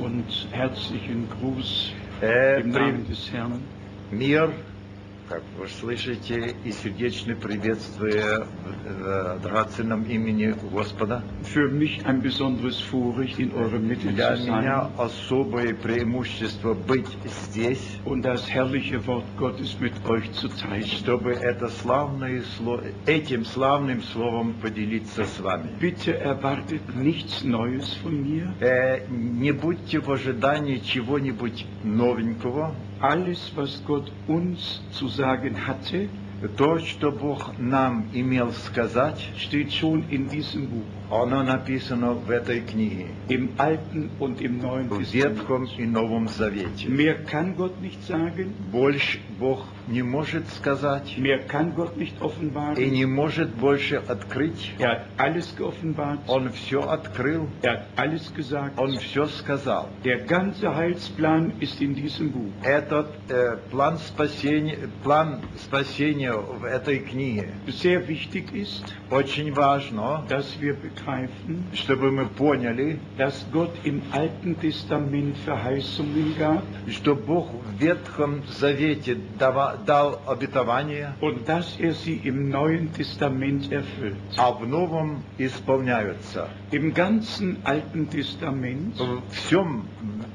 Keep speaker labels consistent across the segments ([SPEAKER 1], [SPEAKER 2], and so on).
[SPEAKER 1] und herzlichen Gruß
[SPEAKER 2] Э,
[SPEAKER 1] im
[SPEAKER 2] при-
[SPEAKER 1] Namen des Herrn.
[SPEAKER 2] Мир, как вы слышите, и сердечное приветствие в э, драгоценном имени Господа.
[SPEAKER 1] Für mich ein besonderes Vorrecht, in eurer Mitte
[SPEAKER 2] Для
[SPEAKER 1] zu
[SPEAKER 2] меня
[SPEAKER 1] sein
[SPEAKER 2] особое преимущество быть здесь,
[SPEAKER 1] und das herrliche Wort Gottes mit euch zu teilen.
[SPEAKER 2] чтобы это славное сло- этим славным словом поделиться с вами.
[SPEAKER 1] Bitte erwartet nichts Neues von mir.
[SPEAKER 2] Э, не будьте в ожидании чего-нибудь новенького.
[SPEAKER 1] Alles, was Gott uns zu sagen hatte,
[SPEAKER 2] То, что Бог нам имел сказать,
[SPEAKER 1] steht schon in diesem Buch,
[SPEAKER 2] оно написано в этой книге,
[SPEAKER 1] im Alten und im Neuen
[SPEAKER 2] в
[SPEAKER 1] Testament.
[SPEAKER 2] Ветхом и Новом Завете.
[SPEAKER 1] Mehr kann Gott nicht sagen,
[SPEAKER 2] Больше Бог не может сказать
[SPEAKER 1] mehr kann Gott nicht
[SPEAKER 2] и
[SPEAKER 1] offenbaren.
[SPEAKER 2] не может больше открыть.
[SPEAKER 1] Er hat alles geoffenbart,
[SPEAKER 2] Он все открыл,
[SPEAKER 1] er hat alles gesagt.
[SPEAKER 2] он все сказал.
[SPEAKER 1] Der ganze Heilsplan ist in diesem Buch.
[SPEAKER 2] Этот э, план, спасения, план спасения в этой книге
[SPEAKER 1] Sehr wichtig ist,
[SPEAKER 2] очень важно,
[SPEAKER 1] dass wir begreifen,
[SPEAKER 2] чтобы мы поняли,
[SPEAKER 1] dass Gott im Alten Testament Verheißungen gab
[SPEAKER 2] что Бог в Ветхом Завете дава- дал обетование,
[SPEAKER 1] und dass er sie im Neuen Testament erfüllt.
[SPEAKER 2] а в Новом исполняются.
[SPEAKER 1] Im ganzen Alten Testament,
[SPEAKER 2] В всем,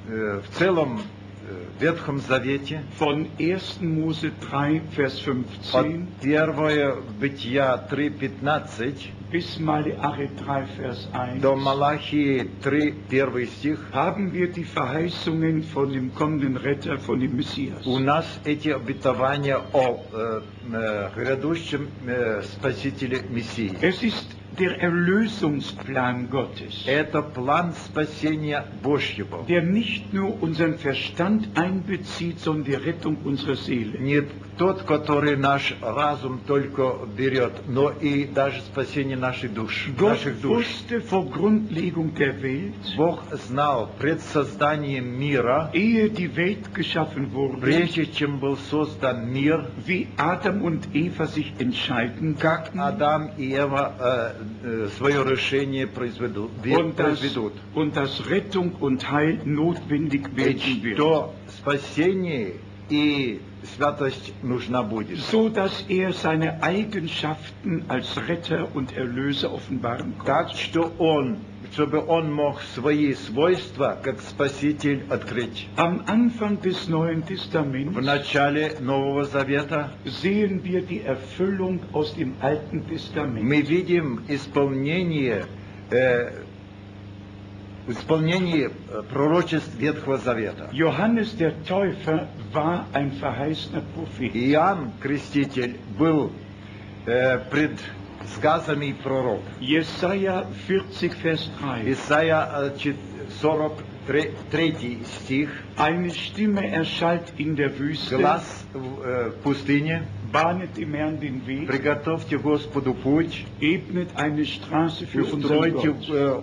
[SPEAKER 2] э, в целом э, Ветхом Завете
[SPEAKER 1] von 1. Mose 3, Vers 15
[SPEAKER 2] От первое Бытия 3.15
[SPEAKER 1] bis Maleachi 3, Vers 1,
[SPEAKER 2] до Малахии 3, первый стих.
[SPEAKER 1] haben wir die Verheißungen von dem kommenden Retter, von dem Messias.
[SPEAKER 2] У нас эти обетования о э, э, грядущем э, Спасителе Мессии.
[SPEAKER 1] Es ist der Erlösungsplan Gottes.
[SPEAKER 2] Это план спасения Божьего,
[SPEAKER 1] der nicht nur unseren Verstand einbezieht, sondern die Rettung unserer Seele.
[SPEAKER 2] не тот, который наш разум только берет, но и даже спасение нашей душ,
[SPEAKER 1] Gott
[SPEAKER 2] наших душ.
[SPEAKER 1] wusste vor Grundlegung der Welt,
[SPEAKER 2] Бог знал пред созданием мира,
[SPEAKER 1] ehe die Welt geschaffen wurde,
[SPEAKER 2] прежде чем был создан мир,
[SPEAKER 1] wie Adam und Eva sich entscheiden
[SPEAKER 2] как
[SPEAKER 1] konnten
[SPEAKER 2] Адам и Ева э, э, свое решение произведут, ве-
[SPEAKER 1] und dass,
[SPEAKER 2] произведут.
[SPEAKER 1] und dass Rettung und Heil notwendig werden
[SPEAKER 2] Ведь
[SPEAKER 1] wird,
[SPEAKER 2] то спасение и святость нужна будет,
[SPEAKER 1] so dass er seine Eigenschaften als Retter und Erlöser offenbaren
[SPEAKER 2] так
[SPEAKER 1] konnte.
[SPEAKER 2] что он, чтобы он мог свои свойства как спаситель открыть.
[SPEAKER 1] Am Anfang des Neuen
[SPEAKER 2] В
[SPEAKER 1] Testaments
[SPEAKER 2] начале Нового Завета
[SPEAKER 1] sehen wir die Erfüllung aus dem Alten Testament.
[SPEAKER 2] мы видим исполнение э, исполнение э, пророчеств Ветхого Завета.
[SPEAKER 1] Johannes der Täufer war ein verheißener Prophet.
[SPEAKER 2] Иоанн Креститель был э, предсказанный пророк.
[SPEAKER 1] Jesaja 40, Vers 3.
[SPEAKER 2] Исайя э, чет- 43 стих.
[SPEAKER 1] Eine Stimme erschallt in der Wüste,
[SPEAKER 2] Глаз в э, пустыне.
[SPEAKER 1] bahnet dem Herrn den Weg,
[SPEAKER 2] Приготовьте Господу путь.
[SPEAKER 1] ebnet eine Straße für unseren
[SPEAKER 2] Устройте
[SPEAKER 1] Gott.
[SPEAKER 2] э,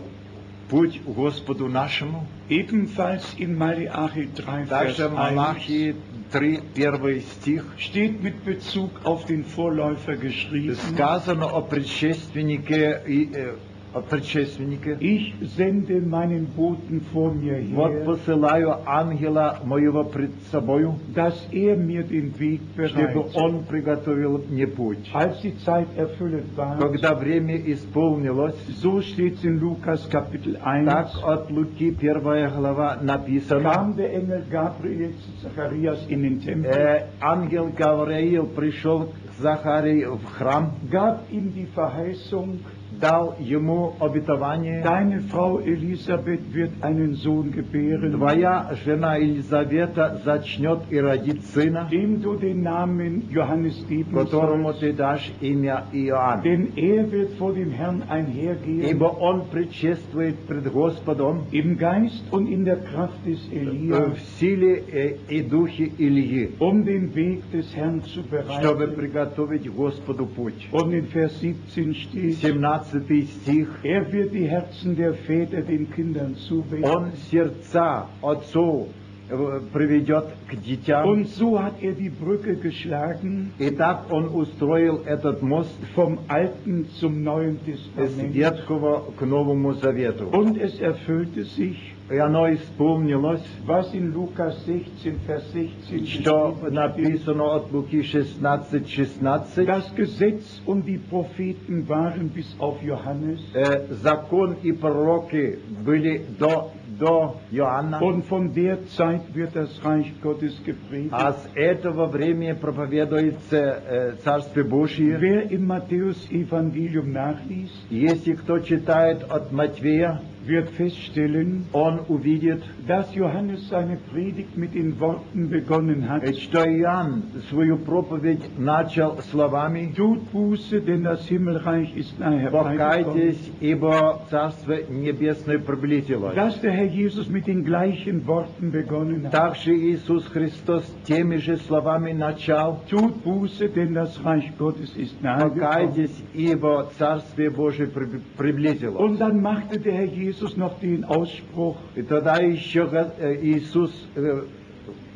[SPEAKER 2] pуть Господу нашему.
[SPEAKER 1] Ebenfalls in Malachi 3, Vers
[SPEAKER 2] Также
[SPEAKER 1] 1
[SPEAKER 2] Малахии 3, первый стих.
[SPEAKER 1] steht mit Bezug auf den Vorläufer geschrieben,
[SPEAKER 2] Сказано о предшественнике и э, о предшественнике.
[SPEAKER 1] ich sende meinen Boten vor mir
[SPEAKER 2] Вот
[SPEAKER 1] her,
[SPEAKER 2] посылаю ангела моего пред собою,
[SPEAKER 1] dass er mir den Weg
[SPEAKER 2] чтобы
[SPEAKER 1] bereitet.
[SPEAKER 2] он приготовил мне путь.
[SPEAKER 1] Als die Zeit erfüllt war,
[SPEAKER 2] Когда время исполнилось,
[SPEAKER 1] so steht es in Lukas Kapitel 1,
[SPEAKER 2] так от Луки первая глава написано,
[SPEAKER 1] kam der Engel Gabriel zu Zacharias in den Tempel,
[SPEAKER 2] э, ангел Гавриил пришел к Захарии в храм,
[SPEAKER 1] gab ihm die Verheißung,
[SPEAKER 2] дал ему обетование,
[SPEAKER 1] deine Frau Elisabeth wird einen Sohn gebären,
[SPEAKER 2] твоя жена Елизавета зачнет и родит сына,
[SPEAKER 1] dem du den Namen Johannes geben
[SPEAKER 2] которому
[SPEAKER 1] sollst,
[SPEAKER 2] ты дашь имя Иоанn.
[SPEAKER 1] denn er wird vor dem Herrn einhergehen,
[SPEAKER 2] Ибо он предшествует пред Господом
[SPEAKER 1] im Geist und in der Kraft des
[SPEAKER 2] э,
[SPEAKER 1] Elia,
[SPEAKER 2] в силе э, и духе Ильи,
[SPEAKER 1] um den Weg des Herrn zu
[SPEAKER 2] чтобы
[SPEAKER 1] bereiten.
[SPEAKER 2] приготовить Господу путь.
[SPEAKER 1] Und in Vers 17 steht,
[SPEAKER 2] 17 стих.
[SPEAKER 1] Er wird die Herzen der Väter den Kindern zuwenden.
[SPEAKER 2] Он сердца отцу э, приведет к детям.
[SPEAKER 1] Und so hat er die Brücke geschlagen
[SPEAKER 2] И так он устроил этот мост
[SPEAKER 1] vom Alten zum Neuen
[SPEAKER 2] с
[SPEAKER 1] Testament.
[SPEAKER 2] Ветхого к Новому Завету.
[SPEAKER 1] Und es erfüllte sich,
[SPEAKER 2] И оно исполнилось,
[SPEAKER 1] was in Lukas 16, Vers 16
[SPEAKER 2] что
[SPEAKER 1] geschrieben steht.
[SPEAKER 2] написано от Луки 16, 16.
[SPEAKER 1] Das Gesetz und die Propheten waren bis auf Johannes
[SPEAKER 2] Э, Закон и пророки были до, до Иоанна,
[SPEAKER 1] und von der Zeit wird das Reich Gottes gepredigt.
[SPEAKER 2] а с этого времени проповедуется э, Царствие Божье.
[SPEAKER 1] Wer im Matthäus-Evangelium nachliest,
[SPEAKER 2] Если кто читает от Матвея,
[SPEAKER 1] wird feststellen,
[SPEAKER 2] он увидит,
[SPEAKER 1] dass Johannes seine Predigt mit den Worten begonnen hat.
[SPEAKER 2] э, что Иоанн свою проповедь начал словами
[SPEAKER 1] Tut Buße, denn das Himmelreich ist nahe herbeigekommen.
[SPEAKER 2] «Покайтесь, ибо Царство Небесное приблизилось».
[SPEAKER 1] Dass der Herr Jesus mit den gleichen Worten begonnen hat.
[SPEAKER 2] Также Иисус Христос теми же словами начал
[SPEAKER 1] Tut Buße, denn das Reich Gottes ist nahe gekommen.
[SPEAKER 2] «Покайтесь, ибо Царствие Божие приб- приблизилось».
[SPEAKER 1] Und dann machte der Herr Jesus noch den Ausspruch,
[SPEAKER 2] И тогда еще го- э, Иисус э,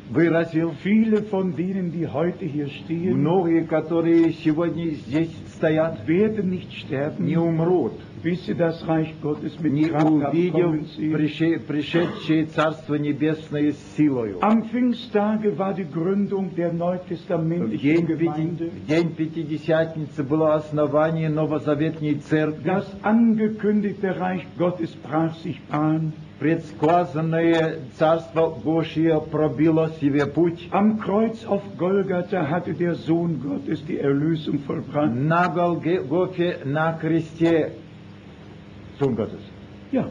[SPEAKER 2] выразил,
[SPEAKER 1] viele von denen, die heute hier stehen,
[SPEAKER 2] многие, которые сегодня здесь стоят,
[SPEAKER 1] werden nicht sterben,
[SPEAKER 2] не умрут,
[SPEAKER 1] bis sie das Reich Gottes mit
[SPEAKER 2] не
[SPEAKER 1] Kraft
[SPEAKER 2] увидев
[SPEAKER 1] abkommen sehen.
[SPEAKER 2] прише- пришедшее Царство Небесное с силою.
[SPEAKER 1] Am Pfingsttage war die Gründung der
[SPEAKER 2] В
[SPEAKER 1] neutestamentlichen
[SPEAKER 2] день,
[SPEAKER 1] Gemeinde,
[SPEAKER 2] Пяти- в день Пятидесятницы было основание Новозаветней Церкви,
[SPEAKER 1] das angekündigte Reich Gottes brach sich Bahn.
[SPEAKER 2] предсказанное Царство Божье пробило себе путь,
[SPEAKER 1] Am Kreuz auf Golgatha hatte der Sohn Gottes die Erlösung vollbracht.
[SPEAKER 2] на Голгофе, на кресте Сын Божий-
[SPEAKER 1] Ja,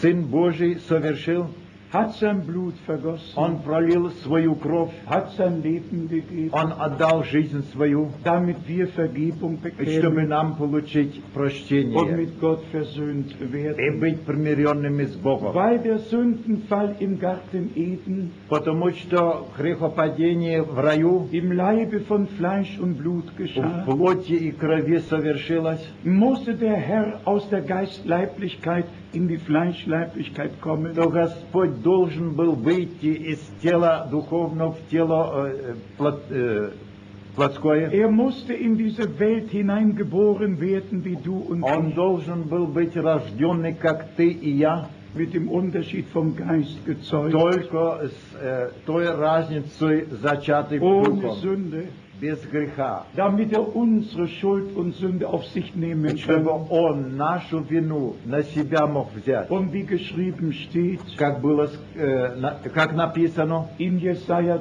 [SPEAKER 2] Сын Божий совершил
[SPEAKER 1] hat sein Blut vergossen,
[SPEAKER 2] Он пролил свою кровь,
[SPEAKER 1] hat sein Leben gegeben,
[SPEAKER 2] Он отдал жизнь свою,
[SPEAKER 1] damit wir Vergebung
[SPEAKER 2] чтобы
[SPEAKER 1] bekämen
[SPEAKER 2] нам получить
[SPEAKER 1] und
[SPEAKER 2] прощение
[SPEAKER 1] mit Gott versöhnt
[SPEAKER 2] и
[SPEAKER 1] werden.
[SPEAKER 2] быть примиренными с Богом.
[SPEAKER 1] Weil der Sündenfall im Garten Eden
[SPEAKER 2] Потому что грехопадение в раю
[SPEAKER 1] im Leibe von Fleisch und Blut
[SPEAKER 2] в
[SPEAKER 1] geschah,
[SPEAKER 2] плоти и крови совершилось,
[SPEAKER 1] musste der Herr aus der Geistleiblichkeit in die Fleischleiblichkeit kommen.
[SPEAKER 2] то Господь должен был выйти из тела духовного в тело э, плот- э, плотское.
[SPEAKER 1] Er musste in diese Welt hineingeboren werden, wie du und
[SPEAKER 2] Он
[SPEAKER 1] ich,
[SPEAKER 2] должен был быть рожденный, как ты и я,
[SPEAKER 1] mit dem Unterschied vom Geist gezeugt,
[SPEAKER 2] только с э, той разницей зачатый
[SPEAKER 1] ohne
[SPEAKER 2] духом.
[SPEAKER 1] Sünde,
[SPEAKER 2] без греха,
[SPEAKER 1] damit er unsere Schuld und Sünde auf sich nehmen
[SPEAKER 2] чтобы
[SPEAKER 1] kann.
[SPEAKER 2] Он нашу вину на себя мог взять.
[SPEAKER 1] Und wie geschrieben steht
[SPEAKER 2] Как было, с- э, на- как написано,
[SPEAKER 1] in Jesaja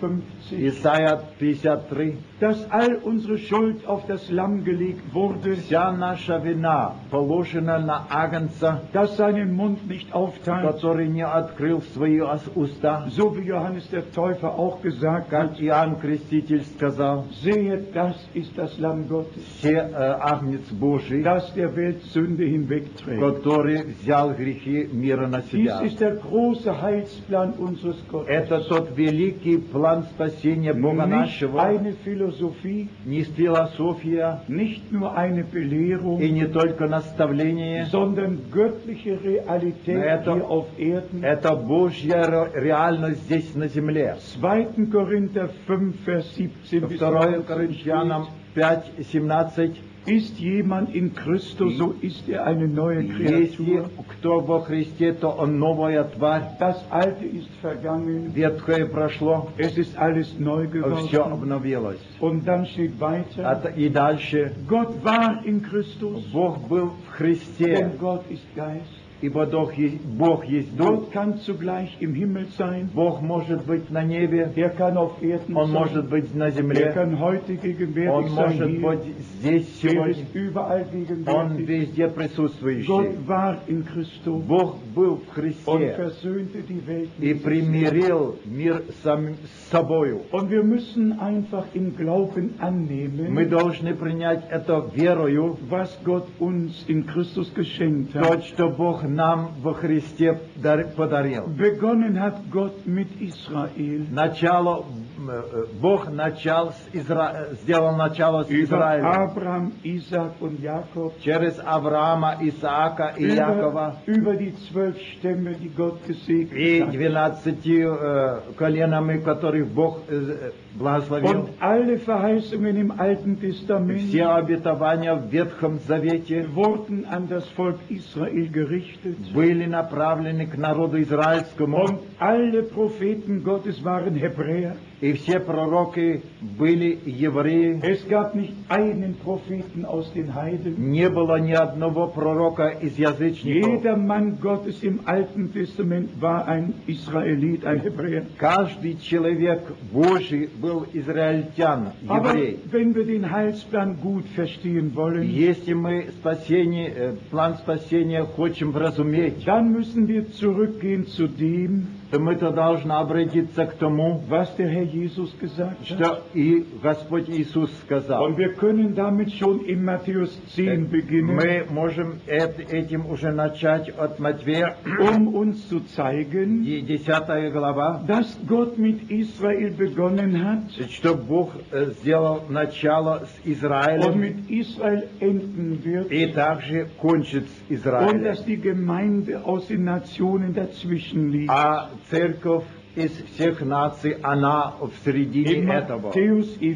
[SPEAKER 1] 53,
[SPEAKER 2] Исайя 53,
[SPEAKER 1] dass all unsere Schuld auf das Lamm gelegt wurde,
[SPEAKER 2] вся наша вина положена на Агнца,
[SPEAKER 1] dass seinen Mund nicht auftat,
[SPEAKER 2] который не открыл свои ос- уста,
[SPEAKER 1] so wie Johannes der Täufer auch gesagt hat,
[SPEAKER 2] как Иоанн Креститель сказал,
[SPEAKER 1] sehet, das ist das Lamm Gottes,
[SPEAKER 2] все э, Агнец Божий,
[SPEAKER 1] das der Welt Sünde hinwegträgt.
[SPEAKER 2] который взял грехи мира на
[SPEAKER 1] Dies
[SPEAKER 2] себя.
[SPEAKER 1] ist der große Heilsplan unseres Gottes.
[SPEAKER 2] Это тот великий план спасения Бога
[SPEAKER 1] Nicht
[SPEAKER 2] нашего,
[SPEAKER 1] eine Philosophie,
[SPEAKER 2] не философия,
[SPEAKER 1] nicht nur eine
[SPEAKER 2] И
[SPEAKER 1] Belehrung,
[SPEAKER 2] не только наставление,
[SPEAKER 1] sondern göttliche Realität
[SPEAKER 2] Это-
[SPEAKER 1] hier auf Erden.
[SPEAKER 2] это Божья ре- реальность здесь на земле.
[SPEAKER 1] 2. Korinther 5, Vers 17 bis
[SPEAKER 2] 2
[SPEAKER 1] 19
[SPEAKER 2] Коринфянам
[SPEAKER 1] steht,
[SPEAKER 2] 5, 17.
[SPEAKER 1] ist jemand in Christus, so ist er eine neue
[SPEAKER 2] Hm. Если
[SPEAKER 1] Kreatur.
[SPEAKER 2] кто во Христе, то он новая тварь.
[SPEAKER 1] Das Alte ist vergangen,
[SPEAKER 2] Ветхое прошло,
[SPEAKER 1] es ist alles neu
[SPEAKER 2] все
[SPEAKER 1] geworden.
[SPEAKER 2] обновилось.
[SPEAKER 1] Und dann steht
[SPEAKER 2] А
[SPEAKER 1] weiter,
[SPEAKER 2] т- И дальше.
[SPEAKER 1] Gott war in Christus,
[SPEAKER 2] Бог был в
[SPEAKER 1] denn
[SPEAKER 2] Христе,
[SPEAKER 1] Gott ist Geist.
[SPEAKER 2] ибо Бог есть, Бог есть Дух.
[SPEAKER 1] Gott kann zugleich im Himmel sein,
[SPEAKER 2] Бог может быть на небе,
[SPEAKER 1] er kann auf Erden
[SPEAKER 2] Он
[SPEAKER 1] sein,
[SPEAKER 2] может быть на
[SPEAKER 1] er
[SPEAKER 2] земле,
[SPEAKER 1] kann heute gegenwärtig
[SPEAKER 2] Он может
[SPEAKER 1] sein, hier,
[SPEAKER 2] быть здесь
[SPEAKER 1] er
[SPEAKER 2] сегодня,
[SPEAKER 1] ist überall
[SPEAKER 2] Он
[SPEAKER 1] gegenwärtig.
[SPEAKER 2] везде присутствующий.
[SPEAKER 1] Gott war in Christus
[SPEAKER 2] Бог был в
[SPEAKER 1] und
[SPEAKER 2] Христе
[SPEAKER 1] versöhnte die Welt
[SPEAKER 2] и
[SPEAKER 1] mit sich.
[SPEAKER 2] примирил мир сам с собою.
[SPEAKER 1] Und wir müssen einfach im Glauben
[SPEAKER 2] Мы
[SPEAKER 1] annehmen,
[SPEAKER 2] должны принять это верою,
[SPEAKER 1] was Gott uns in Christus geschenkt
[SPEAKER 2] то,
[SPEAKER 1] hat.
[SPEAKER 2] что Бог нам во Христе дар- подарил.
[SPEAKER 1] Begonnen hat Gott mit Israel.
[SPEAKER 2] Начало, м, э, Бог начал с Изра- э, сделал начало с
[SPEAKER 1] Über
[SPEAKER 2] Израиля.
[SPEAKER 1] Abraham, Isaac und Jakob,
[SPEAKER 2] Через Авраама, Исаака и
[SPEAKER 1] über,
[SPEAKER 2] Якова
[SPEAKER 1] über die zwölf Stämme, die Gott
[SPEAKER 2] и
[SPEAKER 1] gesegnet hat.
[SPEAKER 2] 12 э, коленами, которых Бог э, благословил.
[SPEAKER 1] Und alle Verheißungen im Alten Testament
[SPEAKER 2] Все обетования в Ветхом Завете
[SPEAKER 1] wurden an das Volk Israel gerichtet.
[SPEAKER 2] были направлены к народу израильскому,
[SPEAKER 1] Und alle Propheten Gottes waren Hebräer.
[SPEAKER 2] и все пророки были евреи.
[SPEAKER 1] Es gab nicht einen Propheten aus den Heiden.
[SPEAKER 2] Не было ни одного пророка из язычников.
[SPEAKER 1] Jeder Mann Gottes im Alten Testament war ein Israelit, ein Hebräer.
[SPEAKER 2] Каждый человек Божий был израильтян,
[SPEAKER 1] Aber
[SPEAKER 2] еврей.
[SPEAKER 1] wenn wir den Heilsplan gut verstehen wollen,
[SPEAKER 2] Если мы спасение, э, план спасения хотим разуметь,
[SPEAKER 1] dann müssen wir zurückgehen zu dem,
[SPEAKER 2] то мы-то должны обратиться к тому,
[SPEAKER 1] was der Herr Jesus gesagt hat.
[SPEAKER 2] что и Господь Иисус сказал.
[SPEAKER 1] Und wir können damit schon in Matthäus
[SPEAKER 2] Äh,
[SPEAKER 1] 10 beginnen,
[SPEAKER 2] Мы можем эт- этим уже начать от Матвея,
[SPEAKER 1] um uns zu zeigen,
[SPEAKER 2] де- 10 глава,
[SPEAKER 1] dass Gott mit Israel begonnen hat
[SPEAKER 2] что Бог э, сделал начало с
[SPEAKER 1] und
[SPEAKER 2] Израилем
[SPEAKER 1] mit Israel enden wird.
[SPEAKER 2] и также кончит с
[SPEAKER 1] und
[SPEAKER 2] Израилем.
[SPEAKER 1] dass die Gemeinde aus den Nationen dazwischen liegt.
[SPEAKER 2] А церковь из всех наций, она в
[SPEAKER 1] Im
[SPEAKER 2] середине этого.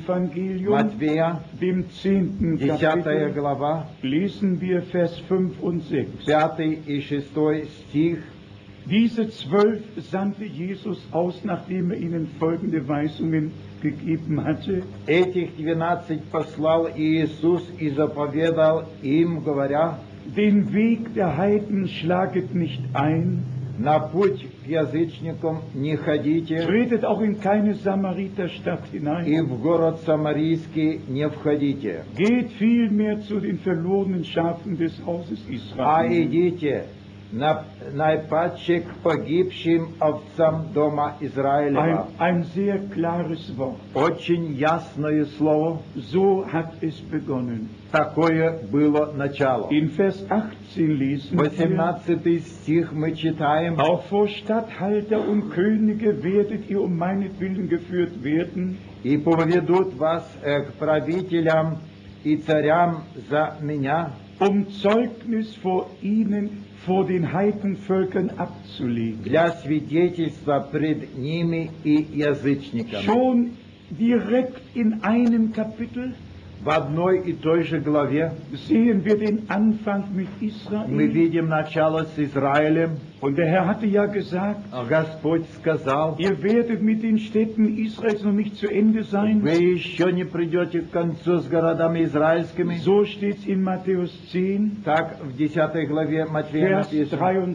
[SPEAKER 1] Matthäus-Evangelium,
[SPEAKER 2] Матвея,
[SPEAKER 1] dem 10.
[SPEAKER 2] 10
[SPEAKER 1] Kapitel,
[SPEAKER 2] глава,
[SPEAKER 1] lesen wir Vers 5 und 6.
[SPEAKER 2] 5 и 6 стих.
[SPEAKER 1] Diese zwölf sandte Jesus aus, nachdem er ihnen folgende Weisungen gegeben hatte.
[SPEAKER 2] Этих двенадцать послал Иисус и заповедал им, говоря,
[SPEAKER 1] Den Weg der Heiden schlaget nicht ein,
[SPEAKER 2] на путь к язычникам не ходите,
[SPEAKER 1] tretet auch in keine Samariterstadt
[SPEAKER 2] и
[SPEAKER 1] hinein.
[SPEAKER 2] в город Самарийский не входите,
[SPEAKER 1] Geht vielmehr zu den verlorenen Schafen des Hauses
[SPEAKER 2] а
[SPEAKER 1] Israel.
[SPEAKER 2] идите на, наипадше к погибшим овцам дома Израилева.
[SPEAKER 1] Ein, ein sehr klares Wort.
[SPEAKER 2] Очень ясное слово,
[SPEAKER 1] So hat es begonnen.
[SPEAKER 2] такое было начало.
[SPEAKER 1] In Vers 18 lesen wir,
[SPEAKER 2] 18 стих мы читаем,
[SPEAKER 1] auch vor Statthalter und Könige werdet ihr um meinetwillen geführt werden,
[SPEAKER 2] и поведут вас э, к правителям и царям за меня,
[SPEAKER 1] um Zeugnis vor ihnen, vor den Heidenvölkern abzulegen.
[SPEAKER 2] для свидетельства пред ними и язычниками.
[SPEAKER 1] Schon direkt in einem Kapitel
[SPEAKER 2] В одной и той же главе
[SPEAKER 1] sehen wir den Anfang mit
[SPEAKER 2] мы
[SPEAKER 1] Israel.
[SPEAKER 2] видим начало с Израилем.
[SPEAKER 1] Und der Herr hatte ja gesagt,
[SPEAKER 2] А Господь сказал,
[SPEAKER 1] ihr werdet mit den Städten Israels noch nicht zu Ende sein.
[SPEAKER 2] вы еще не придете к концу с городами израильскими.
[SPEAKER 1] So steht es in Matthäus 10,
[SPEAKER 2] Так в 10 главе Матфея
[SPEAKER 1] Vers
[SPEAKER 2] написано,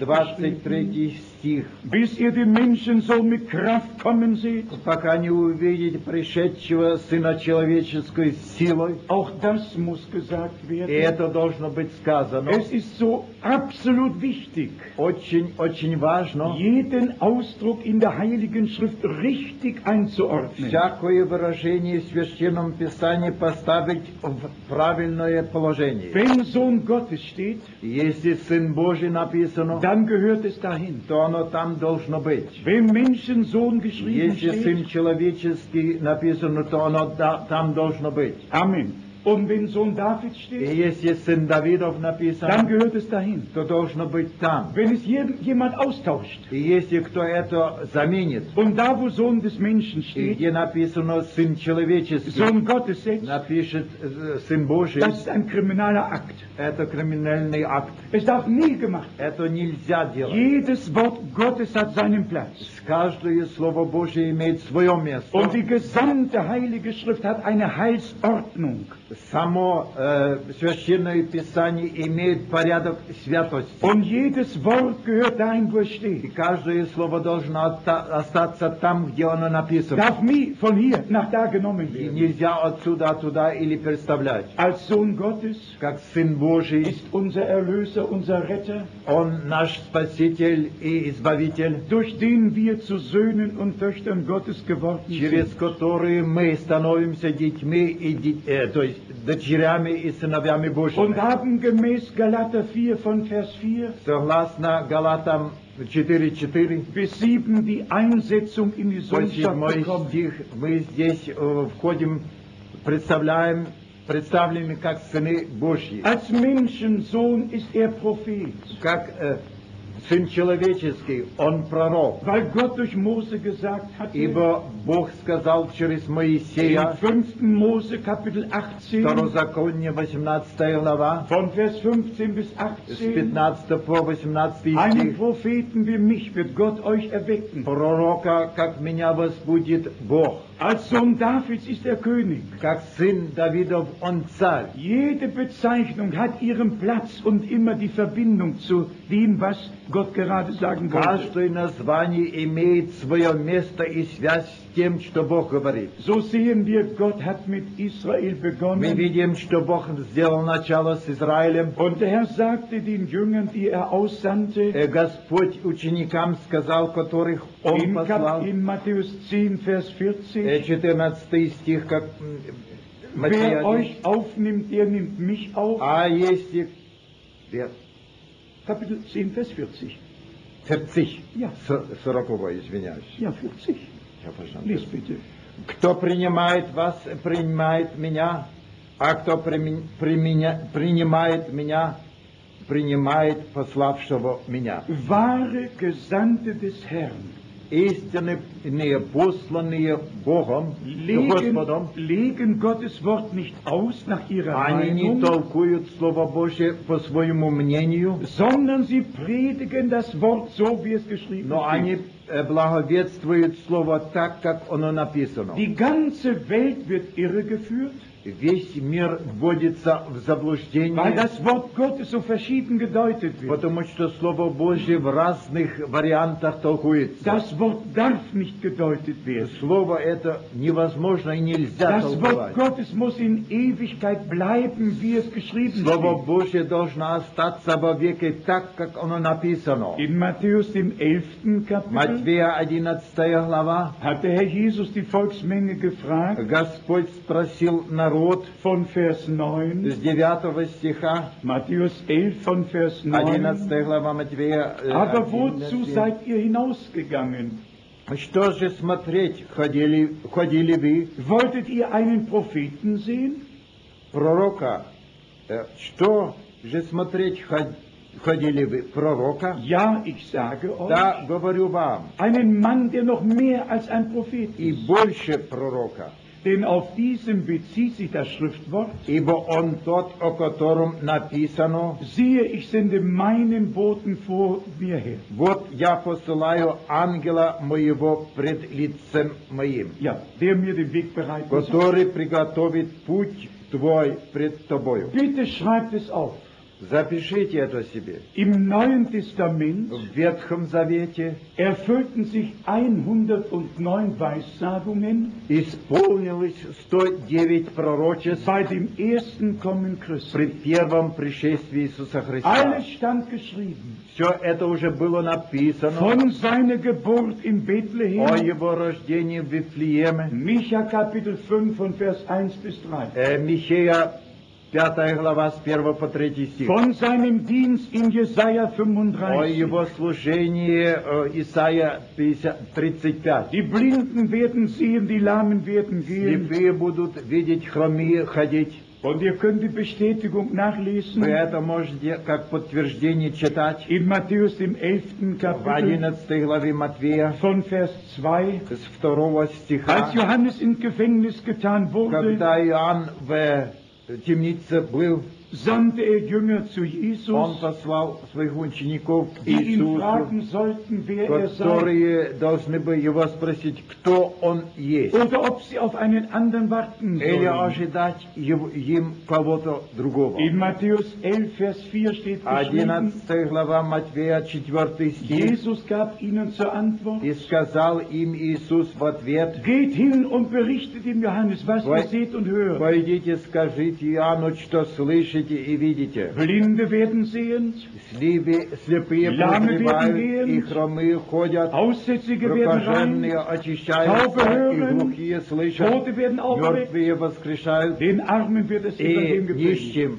[SPEAKER 1] 23 geschrieben.
[SPEAKER 2] 23 стих.
[SPEAKER 1] Bis ihr den Menschensohn mit Kraft kommen seht,
[SPEAKER 2] Пока не увидите пришедшего Сына Человеческой с силой,
[SPEAKER 1] auch das muss gesagt
[SPEAKER 2] и
[SPEAKER 1] werden.
[SPEAKER 2] это должно быть сказано.
[SPEAKER 1] Es ist so absolut wichtig,
[SPEAKER 2] Очень-очень важно
[SPEAKER 1] jeden Ausdruck in der Heiligen Schrift richtig einzuordnen.
[SPEAKER 2] всякое выражение в Священном Писании поставить в правильное положение.
[SPEAKER 1] Wenn Sohn Gottes steht,
[SPEAKER 2] Если Сын Божий написано,
[SPEAKER 1] dann gehört es dahin.
[SPEAKER 2] то оно там должно быть.
[SPEAKER 1] Wenn Menschensohn geschrieben
[SPEAKER 2] Если Сын
[SPEAKER 1] steht,
[SPEAKER 2] Человеческий написано, то оно да- там должно быть.
[SPEAKER 1] Amen. Und wenn Sohn David
[SPEAKER 2] И
[SPEAKER 1] steht,
[SPEAKER 2] если Сын Давидов
[SPEAKER 1] dann
[SPEAKER 2] написано,
[SPEAKER 1] gehört es dahin.
[SPEAKER 2] то должно быть там.
[SPEAKER 1] Wenn es hier jemand austauscht,
[SPEAKER 2] И если кто это заменит,
[SPEAKER 1] Und da, wo Sohn des Menschen
[SPEAKER 2] и
[SPEAKER 1] steht,
[SPEAKER 2] где написано «Сын Человеческий»,
[SPEAKER 1] Sohn Gottes setzt,
[SPEAKER 2] напишет э, «Сын Божий»,
[SPEAKER 1] das ist ein krimineller Akt.
[SPEAKER 2] это криминальный акт.
[SPEAKER 1] Es darf nie gemacht
[SPEAKER 2] Это нельзя делать.
[SPEAKER 1] Jedes Wort Gottes hat seinen Platz.
[SPEAKER 2] Каждое Слово Божие имеет свое место.
[SPEAKER 1] Und die gesamte Heilige Schrift hat eine Heilsordnung.
[SPEAKER 2] Само э, Священное Писание имеет порядок святости.
[SPEAKER 1] Und jedes Wort gehört dahin, wo es
[SPEAKER 2] И
[SPEAKER 1] steht.
[SPEAKER 2] каждое слово должно отта- остаться там, где оно написано.
[SPEAKER 1] Darf nie von hier nach da genommen
[SPEAKER 2] И
[SPEAKER 1] werden.
[SPEAKER 2] нельзя отсюда туда или представлять.
[SPEAKER 1] Als Sohn Gottes
[SPEAKER 2] Как Сын Божий,
[SPEAKER 1] ist unser Erlöser, unser Retter,
[SPEAKER 2] Он наш Спаситель и Избавитель,
[SPEAKER 1] durch den wir zu Söhnen und Töchtern Gottes geworden
[SPEAKER 2] через
[SPEAKER 1] sind.
[SPEAKER 2] которые мы становимся детьми и ди- э, то есть дочерями и сыновьями
[SPEAKER 1] Und
[SPEAKER 2] Божьими.
[SPEAKER 1] haben gemäß Galater 4 von Vers 4
[SPEAKER 2] Согласно Галатам 4.4,
[SPEAKER 1] bis sieben die Einsetzung in die Sohnschaft
[SPEAKER 2] восьмой
[SPEAKER 1] bekommen.
[SPEAKER 2] стих, мы здесь э, входим, представляем, представлены как сыны Божьи.
[SPEAKER 1] Als Menschensohn ist er Prophet.
[SPEAKER 2] Как э, Сын человеческий, он пророк.
[SPEAKER 1] Weil Gott durch Mose gesagt hatte,
[SPEAKER 2] Ибо Бог сказал через Моисея,
[SPEAKER 1] in 5. Mose Kapitel 18,
[SPEAKER 2] Второзаконие, 18 глава,
[SPEAKER 1] von Vers 15 bis
[SPEAKER 2] с
[SPEAKER 1] 18,
[SPEAKER 2] 15 по 18
[SPEAKER 1] einen
[SPEAKER 2] стих.
[SPEAKER 1] Propheten wie mich wird Gott euch erwecken.
[SPEAKER 2] Пророка, как меня возбудит Бог,
[SPEAKER 1] Als Sohn Davids ist er König.
[SPEAKER 2] как сын Давидов, он царь.
[SPEAKER 1] Jede Bezeichnung hat ihren Platz und immer die Verbindung zu dem, was Gott gerade sagen wollte.
[SPEAKER 2] Каждое название имеет свое место и связь с тем, что Бог говорит.
[SPEAKER 1] So sehen wir, Gott hat mit Israel
[SPEAKER 2] Мы
[SPEAKER 1] begonnen.
[SPEAKER 2] видим, что Бог сделал начало с Израилем.
[SPEAKER 1] Und der Herr sagte den Jüngern, die er aussandte,
[SPEAKER 2] Э, Господь ученикам сказал, которых Он
[SPEAKER 1] in, Kap
[SPEAKER 2] послал.
[SPEAKER 1] in Matthäus 10, Vers 40,
[SPEAKER 2] Э, 14 стих, как м, Матфея
[SPEAKER 1] wer
[SPEAKER 2] 11.
[SPEAKER 1] euch aufnimmt, der nimmt mich auf.
[SPEAKER 2] А если... Нет,
[SPEAKER 1] Kapitel 10, Vers 40.
[SPEAKER 2] 40.
[SPEAKER 1] Ja.
[SPEAKER 2] С- 40, извиняюсь.
[SPEAKER 1] Ja, 40.
[SPEAKER 2] Я понял.
[SPEAKER 1] Lies bitte.
[SPEAKER 2] Кто принимает вас, принимает меня, а кто прими- применя- принимает меня, принимает пославшего меня.
[SPEAKER 1] Wahre Gesandte des Herrn
[SPEAKER 2] Истинные, посланные Богом,
[SPEAKER 1] legen,
[SPEAKER 2] Господом,
[SPEAKER 1] legen Gottes Wort nicht aus nach ihrer
[SPEAKER 2] они не
[SPEAKER 1] Meinung,
[SPEAKER 2] толкуют Слово Божье по своему мнению,
[SPEAKER 1] sondern sie predigen das Wort so, wie es geschrieben
[SPEAKER 2] но они
[SPEAKER 1] steht.
[SPEAKER 2] э, благовествуют Слово так, как оно написано.
[SPEAKER 1] Die ganze Welt wird irregeführt,
[SPEAKER 2] Весь мир вводится в
[SPEAKER 1] weil
[SPEAKER 2] заблуждение,
[SPEAKER 1] das Wort Gottes so verschieden gedeutet wird.
[SPEAKER 2] потому что Слово Божье в разных вариантах толкуется.
[SPEAKER 1] Das Wort darf nicht gedeutet werden.
[SPEAKER 2] Слово это невозможно и нельзя
[SPEAKER 1] Das Wort
[SPEAKER 2] толковать.
[SPEAKER 1] Gottes muss in Ewigkeit bleiben, wie es geschrieben
[SPEAKER 2] Слово
[SPEAKER 1] steht.
[SPEAKER 2] Божье должно остаться во веке так, как оно написано.
[SPEAKER 1] In Matthäus dem 11. Kapitel
[SPEAKER 2] Матвея 11 глава.
[SPEAKER 1] hat der Herr Jesus die Volksmenge gefragt,
[SPEAKER 2] Господь спросил народ
[SPEAKER 1] von Vers 9
[SPEAKER 2] с 9 стиха,
[SPEAKER 1] Matthäus 11 von Vers 9.
[SPEAKER 2] 11 глава Матвея. э,
[SPEAKER 1] Aber wozu
[SPEAKER 2] 11.
[SPEAKER 1] seid ihr hinausgegangen?
[SPEAKER 2] Что же смотреть, ходили, ходили вы,
[SPEAKER 1] Wolltet ihr einen Propheten sehen?
[SPEAKER 2] пророка? Э, Что же смотреть, ход- ходили вы, пророка?
[SPEAKER 1] Ja, ich sage euch,
[SPEAKER 2] Да, говорю вам,
[SPEAKER 1] einen Mann, der noch mehr als ein Prophet
[SPEAKER 2] и
[SPEAKER 1] ist.
[SPEAKER 2] больше пророка.
[SPEAKER 1] Denn auf diesen bezieht sich das Schriftwort.
[SPEAKER 2] Ибо он тот, о котором написано,
[SPEAKER 1] Siehe, ich sende meinen Boten vor mir her.
[SPEAKER 2] вот я посылаю ангела моего пред лицем моим,
[SPEAKER 1] Ja, der mir den Weg bereiten soll.
[SPEAKER 2] который приготовит путь твой пред тобою.
[SPEAKER 1] Bitte schreibt es auf.
[SPEAKER 2] Запишите это себе.
[SPEAKER 1] Im Neuen Testament
[SPEAKER 2] В Ветхом Завете
[SPEAKER 1] erfüllten sich 109 Weissagungen
[SPEAKER 2] исполнилось 109 пророчеств
[SPEAKER 1] bei dem ersten Kommen Christi.
[SPEAKER 2] при первом пришествии Иисуса Христа.
[SPEAKER 1] Alles stand geschrieben.
[SPEAKER 2] Все это уже было написано
[SPEAKER 1] Von seiner Geburt in
[SPEAKER 2] о
[SPEAKER 1] Bethlehem,
[SPEAKER 2] его рождении в Вифлееме.
[SPEAKER 1] Micha Kapitel 5 von Vers 1 bis 3.
[SPEAKER 2] Э, Михея, 5 глава, с 1 по 3 стих.
[SPEAKER 1] Von seinem Dienst in Jesaja
[SPEAKER 2] О
[SPEAKER 1] 35.
[SPEAKER 2] его служении э, Исаия 50, 35.
[SPEAKER 1] Die Blinden werden sehen, die Lahmen werden gehen.
[SPEAKER 2] Слепые будут видеть, хромые ходить.
[SPEAKER 1] Und ihr könnt die Bestätigung
[SPEAKER 2] Вы
[SPEAKER 1] nachlesen
[SPEAKER 2] это можете как подтверждение читать
[SPEAKER 1] in Matthäus dem 11.
[SPEAKER 2] в
[SPEAKER 1] Kapitel
[SPEAKER 2] 11 главе Матвея
[SPEAKER 1] von Vers 2.
[SPEAKER 2] с 2
[SPEAKER 1] Als
[SPEAKER 2] стиха,
[SPEAKER 1] Johannes ins Gefängnis getan wurde,
[SPEAKER 2] когда Иоанн в э, темнице был,
[SPEAKER 1] sandte er Jünger zu
[SPEAKER 2] он
[SPEAKER 1] Jesus,
[SPEAKER 2] послал своих учеников к
[SPEAKER 1] die ihn
[SPEAKER 2] Иисусу,
[SPEAKER 1] fragen sollten, wer er sei.
[SPEAKER 2] которые должны были его спросить, кто он есть.
[SPEAKER 1] oder ob sie auf einen anderen warten
[SPEAKER 2] или
[SPEAKER 1] sollen.
[SPEAKER 2] ожидать его- им кого-то другого.
[SPEAKER 1] In Matthäus 11, Vers 4 steht
[SPEAKER 2] Ah,
[SPEAKER 1] geschrieben,
[SPEAKER 2] 11 глава Матвея, 4 стих.
[SPEAKER 1] Jesus gab ihnen zur Antwort,
[SPEAKER 2] И сказал им Иисус в ответ,
[SPEAKER 1] geht hin und berichtet dem Johannes, was ihr
[SPEAKER 2] Weil-
[SPEAKER 1] seht und hört.
[SPEAKER 2] «Пойдите, скажите Иоанну, что слышите и видите.
[SPEAKER 1] Blinde werden sehend,
[SPEAKER 2] Слепи- слепые
[SPEAKER 1] Lahme
[SPEAKER 2] прозревают,
[SPEAKER 1] werden
[SPEAKER 2] и
[SPEAKER 1] gehend,
[SPEAKER 2] хромые ходят,
[SPEAKER 1] А Aussätzige werden rein,
[SPEAKER 2] прокаженные очищаются,
[SPEAKER 1] Taube
[SPEAKER 2] и
[SPEAKER 1] hören,
[SPEAKER 2] глухие слышат,
[SPEAKER 1] Tote werden aufgeweckt,
[SPEAKER 2] мертвые воскрешают,
[SPEAKER 1] den Armen wird es über
[SPEAKER 2] и
[SPEAKER 1] dem Gebet.
[SPEAKER 2] нищим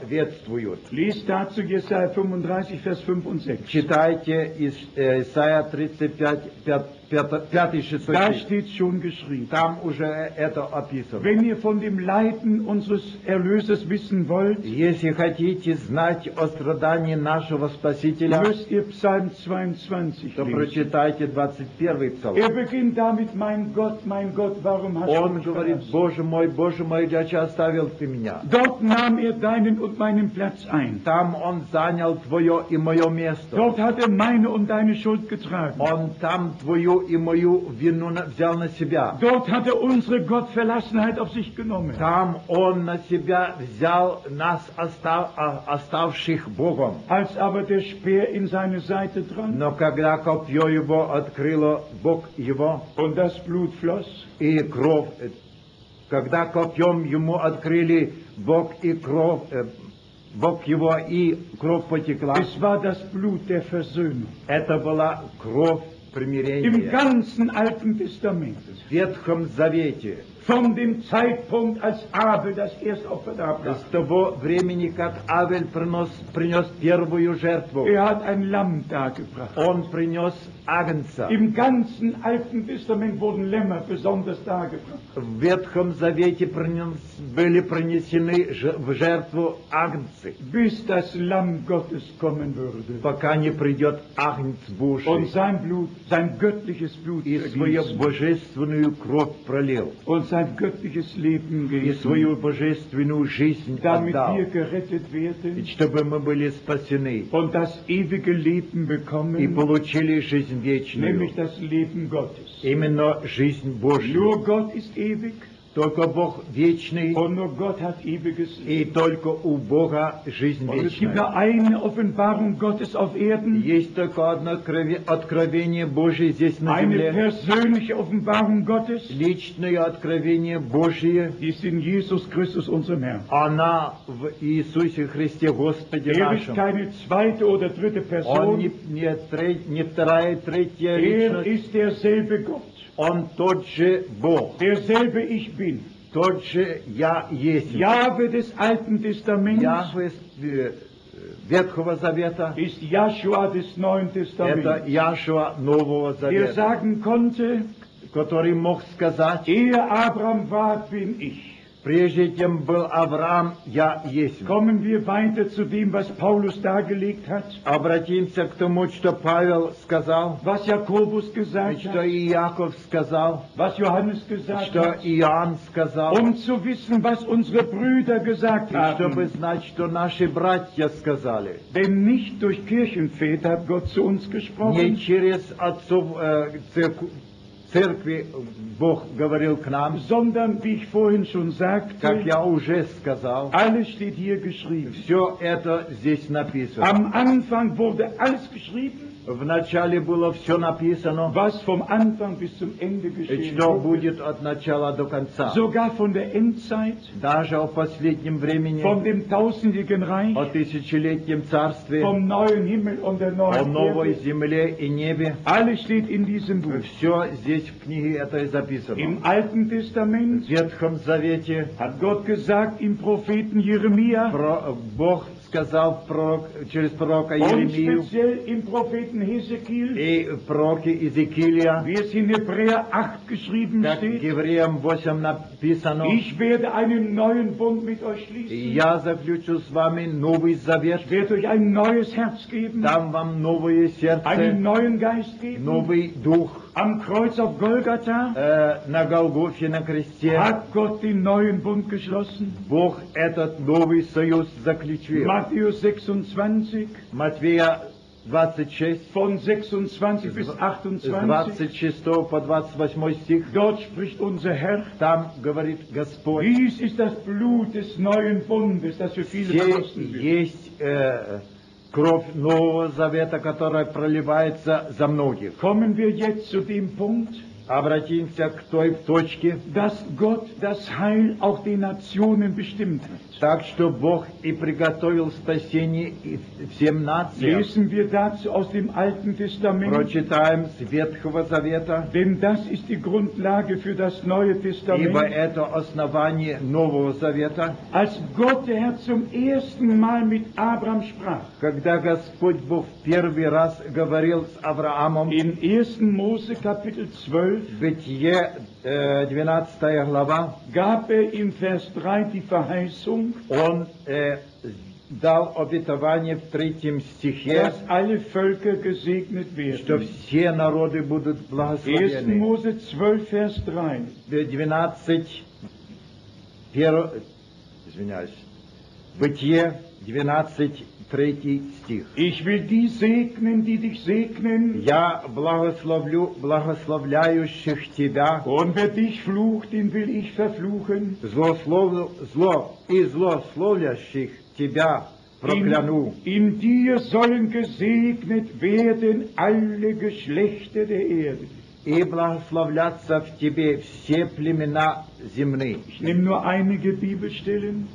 [SPEAKER 2] благовествуют.
[SPEAKER 1] Lies dazu Jesaja 35, Vers 5 und 6.
[SPEAKER 2] Читайте из э, Исайя 35, 5, 6
[SPEAKER 1] Da steht schon geschrieben.
[SPEAKER 2] Там уже это описано.
[SPEAKER 1] Wenn ihr von dem Leiden unseres Erlösers wissen wollt,
[SPEAKER 2] Если хотите знать о страдании нашего Спасителя,
[SPEAKER 1] müsst ihr Psalm 22
[SPEAKER 2] то
[SPEAKER 1] lesen.
[SPEAKER 2] прочитайте 21
[SPEAKER 1] Er
[SPEAKER 2] псалом.
[SPEAKER 1] beginnt damit, mein Gott, mein Gott, warum hast du
[SPEAKER 2] Он
[SPEAKER 1] mich
[SPEAKER 2] говорит,
[SPEAKER 1] verlassen?
[SPEAKER 2] Боже мой, Боже мой, зачем оставил ты меня?
[SPEAKER 1] Dort nahm er deinen und meinen Platz ein.
[SPEAKER 2] Там он занял твое и мое место.
[SPEAKER 1] Dort hat er meine und deine Schuld getragen.
[SPEAKER 2] Он там твою и мою вину на- взял на себя.
[SPEAKER 1] Dort hat er unsere Gottverlassenheit auf sich genommen.
[SPEAKER 2] Там он на себя взял нас, остав- а- оставших Богом.
[SPEAKER 1] Als aber der Speer in seine Seite drang
[SPEAKER 2] Но когда копье его открыло Бог его,
[SPEAKER 1] und das Blut floss,
[SPEAKER 2] и кровь, э, когда копьем ему открыли Бог и кровь, э, Бог его и кровь потекла,
[SPEAKER 1] es war das Blut der Versöhnung.
[SPEAKER 2] это была кровь
[SPEAKER 1] Im
[SPEAKER 2] примирения.
[SPEAKER 1] ganzen Alten Testament,
[SPEAKER 2] В Ветхом Завете,
[SPEAKER 1] von dem Zeitpunkt, als Abel das Erstopfer darbringt,
[SPEAKER 2] с того времени, как Авель принес, принес первую жертву,
[SPEAKER 1] er hat ein Lamm dargebracht.
[SPEAKER 2] он принес агнца.
[SPEAKER 1] Im ganzen Alten Testament wurden Lämmer besonders dargebracht.
[SPEAKER 2] В Ветхом Завете принес- были принесены ж- в жертву агнцы.
[SPEAKER 1] bis das Lamm Gottes kommen würde
[SPEAKER 2] пока не придет Агнец
[SPEAKER 1] und
[SPEAKER 2] Божий
[SPEAKER 1] sein Blut, sein göttliches Blut
[SPEAKER 2] и свою
[SPEAKER 1] vergießen
[SPEAKER 2] божественную кровь пролил,
[SPEAKER 1] und sein göttliches Leben
[SPEAKER 2] и свою
[SPEAKER 1] geben,
[SPEAKER 2] божественную жизнь
[SPEAKER 1] damit
[SPEAKER 2] отдал,
[SPEAKER 1] wir gerettet
[SPEAKER 2] и
[SPEAKER 1] werden
[SPEAKER 2] чтобы мы были спасены
[SPEAKER 1] und das ewige Leben
[SPEAKER 2] и
[SPEAKER 1] bekommen,
[SPEAKER 2] получили жизнь вечную,
[SPEAKER 1] nämlich das Leben Gottes.
[SPEAKER 2] именно жизнь Божью.
[SPEAKER 1] Nur Gott ist ewig
[SPEAKER 2] Только Бог вечный,
[SPEAKER 1] und nur Gott hat ewiges Leben.
[SPEAKER 2] и только у Бога жизнь
[SPEAKER 1] Und es gibt nur
[SPEAKER 2] вечная.
[SPEAKER 1] eine Offenbarung Gottes auf Erden,
[SPEAKER 2] Есть только одно крови- откровение Божье здесь на
[SPEAKER 1] eine
[SPEAKER 2] земле,
[SPEAKER 1] persönliche Offenbarung Gottes,
[SPEAKER 2] личное откровение Божье,
[SPEAKER 1] die ist in Jesus Christus, unserem Herrn.
[SPEAKER 2] она в Иисусе Христе Господе
[SPEAKER 1] Er ist
[SPEAKER 2] нашем.
[SPEAKER 1] keine zweite oder dritte
[SPEAKER 2] Он
[SPEAKER 1] Person,
[SPEAKER 2] не, не тре- не вторая, третья
[SPEAKER 1] Er
[SPEAKER 2] личность.
[SPEAKER 1] ist derselbe Gott,
[SPEAKER 2] Он тот же Бог,
[SPEAKER 1] derselbe ich bin.
[SPEAKER 2] тот же Я есть.
[SPEAKER 1] Jahwe des Alten Testaments
[SPEAKER 2] Яхве с- э, Ветхого Завета,
[SPEAKER 1] ist Joshua des Neuen
[SPEAKER 2] это
[SPEAKER 1] Testaments,
[SPEAKER 2] Яшуа Нового
[SPEAKER 1] der
[SPEAKER 2] Завета,
[SPEAKER 1] sagen konnte,
[SPEAKER 2] который мог сказать,
[SPEAKER 1] ehe Abraham war, bin ich.
[SPEAKER 2] прежде чем был Авраам, Я есть.
[SPEAKER 1] Kommen wir weiter zu dem, was Paulus dargelegt hat,
[SPEAKER 2] Обратимся к тому, что Павел сказал,
[SPEAKER 1] was Jakobus gesagt
[SPEAKER 2] что
[SPEAKER 1] hat,
[SPEAKER 2] и Яков сказал,
[SPEAKER 1] was Johannes gesagt
[SPEAKER 2] что
[SPEAKER 1] hat,
[SPEAKER 2] Иоанn сказал,
[SPEAKER 1] um zu wissen, was unsere Brüder gesagt
[SPEAKER 2] и чтобы
[SPEAKER 1] haben.
[SPEAKER 2] знать, что наши братья сказали.
[SPEAKER 1] Denn nicht durch Kirchenväter hat Gott zu uns
[SPEAKER 2] Не
[SPEAKER 1] gesprochen,
[SPEAKER 2] через отцов э, церк- церкви Бог говорил к нам,
[SPEAKER 1] sondern, wie ich vorhin schon
[SPEAKER 2] как
[SPEAKER 1] sagte,
[SPEAKER 2] я уже сказал.
[SPEAKER 1] Alles steht hier geschrieben.
[SPEAKER 2] Все это здесь написано.
[SPEAKER 1] Am Anfang wurde alles geschrieben,
[SPEAKER 2] Вначале было все написано,
[SPEAKER 1] was vom Anfang bis zum Ende
[SPEAKER 2] и
[SPEAKER 1] geschehen
[SPEAKER 2] что
[SPEAKER 1] wurde.
[SPEAKER 2] будет от начала до конца.
[SPEAKER 1] Sogar von der Endzeit,
[SPEAKER 2] Даже о последнем
[SPEAKER 1] von
[SPEAKER 2] времени,
[SPEAKER 1] dem tausendjährigen
[SPEAKER 2] о
[SPEAKER 1] Reich,
[SPEAKER 2] тысячелетнем царстве,
[SPEAKER 1] vom neuen Himmel und der
[SPEAKER 2] о
[SPEAKER 1] neuen
[SPEAKER 2] новой
[SPEAKER 1] Erde.
[SPEAKER 2] земле и нebе.
[SPEAKER 1] Alles steht in diesem Buch.
[SPEAKER 2] Все здесь в книге это и записано.
[SPEAKER 1] Im Alten
[SPEAKER 2] В
[SPEAKER 1] Testament
[SPEAKER 2] Ветхом Завете
[SPEAKER 1] hat Gott gesagt im Propheten Jeremia
[SPEAKER 2] про- Бог сказал пророк- через пророка
[SPEAKER 1] und
[SPEAKER 2] Еремию,
[SPEAKER 1] speziell im Propheten Hesekiel,
[SPEAKER 2] и в пророке Иезекииля,
[SPEAKER 1] wie es in Hebräer 8 geschrieben
[SPEAKER 2] как
[SPEAKER 1] steht,
[SPEAKER 2] Евреям 8 написано,
[SPEAKER 1] ich werde einen neuen Bund mit euch schließen.
[SPEAKER 2] «Я заключу с вами новый завет,
[SPEAKER 1] Ich werde euch ein neues Herz geben,
[SPEAKER 2] дам вам новое
[SPEAKER 1] einen
[SPEAKER 2] сердце,
[SPEAKER 1] neuen Geist geben.
[SPEAKER 2] новый дух».
[SPEAKER 1] Am Kreuz auf Golgatha
[SPEAKER 2] Э, на Голгофе, на кресте
[SPEAKER 1] hat Gott den neuen Bund geschlossen.
[SPEAKER 2] Бог этот новый союз заключил.
[SPEAKER 1] Matthäus 26,
[SPEAKER 2] Матвея 26,
[SPEAKER 1] von 26 bis
[SPEAKER 2] с
[SPEAKER 1] 28.
[SPEAKER 2] 26 по 28 стих,
[SPEAKER 1] Dort spricht unser Herr,
[SPEAKER 2] там говорит Господь,
[SPEAKER 1] dies ist das Blut des neuen Bundes, das für viele
[SPEAKER 2] Все
[SPEAKER 1] vergossen wird.
[SPEAKER 2] есть э, кровь Нового Завета, которая проливается за многих.
[SPEAKER 1] Kommen wir jetzt zu dem Punkt,
[SPEAKER 2] Обратимся к той точке,
[SPEAKER 1] dass Gott das Heil auch den Nationen bestimmt hat.
[SPEAKER 2] так что Бог и приготовил спасение и всем нациям.
[SPEAKER 1] Lesen wir dazu aus dem Alten Testament,
[SPEAKER 2] Прочитаем с Ветхого Завета,
[SPEAKER 1] denn das ist die Grundlage für das Neue
[SPEAKER 2] ибо
[SPEAKER 1] Testament.
[SPEAKER 2] это основание Нового Завета,
[SPEAKER 1] Als Gott der Herr zum ersten Mal mit Abraham sprach,
[SPEAKER 2] когда Господь Бог в первый раз говорил с Авраамом,
[SPEAKER 1] in 1. Mose Kapitel 12
[SPEAKER 2] Бытие, э, 12 глава,
[SPEAKER 1] gab er in Vers 3 die Verheißung,
[SPEAKER 2] он э, дал обетование в третьем стихе,
[SPEAKER 1] dass alle Völker gesegnet
[SPEAKER 2] что
[SPEAKER 1] werden.
[SPEAKER 2] все народы будут
[SPEAKER 1] 1.
[SPEAKER 2] благословены.
[SPEAKER 1] Mose 12, Vers 3.
[SPEAKER 2] 12, перв- извиняюсь, Бытие 12, 3 стих.
[SPEAKER 1] Ich will die segnen, die dich segnen,
[SPEAKER 2] Я благословлю благословляющих тебя,
[SPEAKER 1] und wer dich flucht, den will ich verfluchen.
[SPEAKER 2] злослов- зло и злословлящих тебя прокляну.
[SPEAKER 1] In, in dir sollen gesegnet werden alle Geschlechter der Erde.
[SPEAKER 2] И благословлятся в тебе все племена земны.
[SPEAKER 1] Ich nehme nur einige Bibelstellen.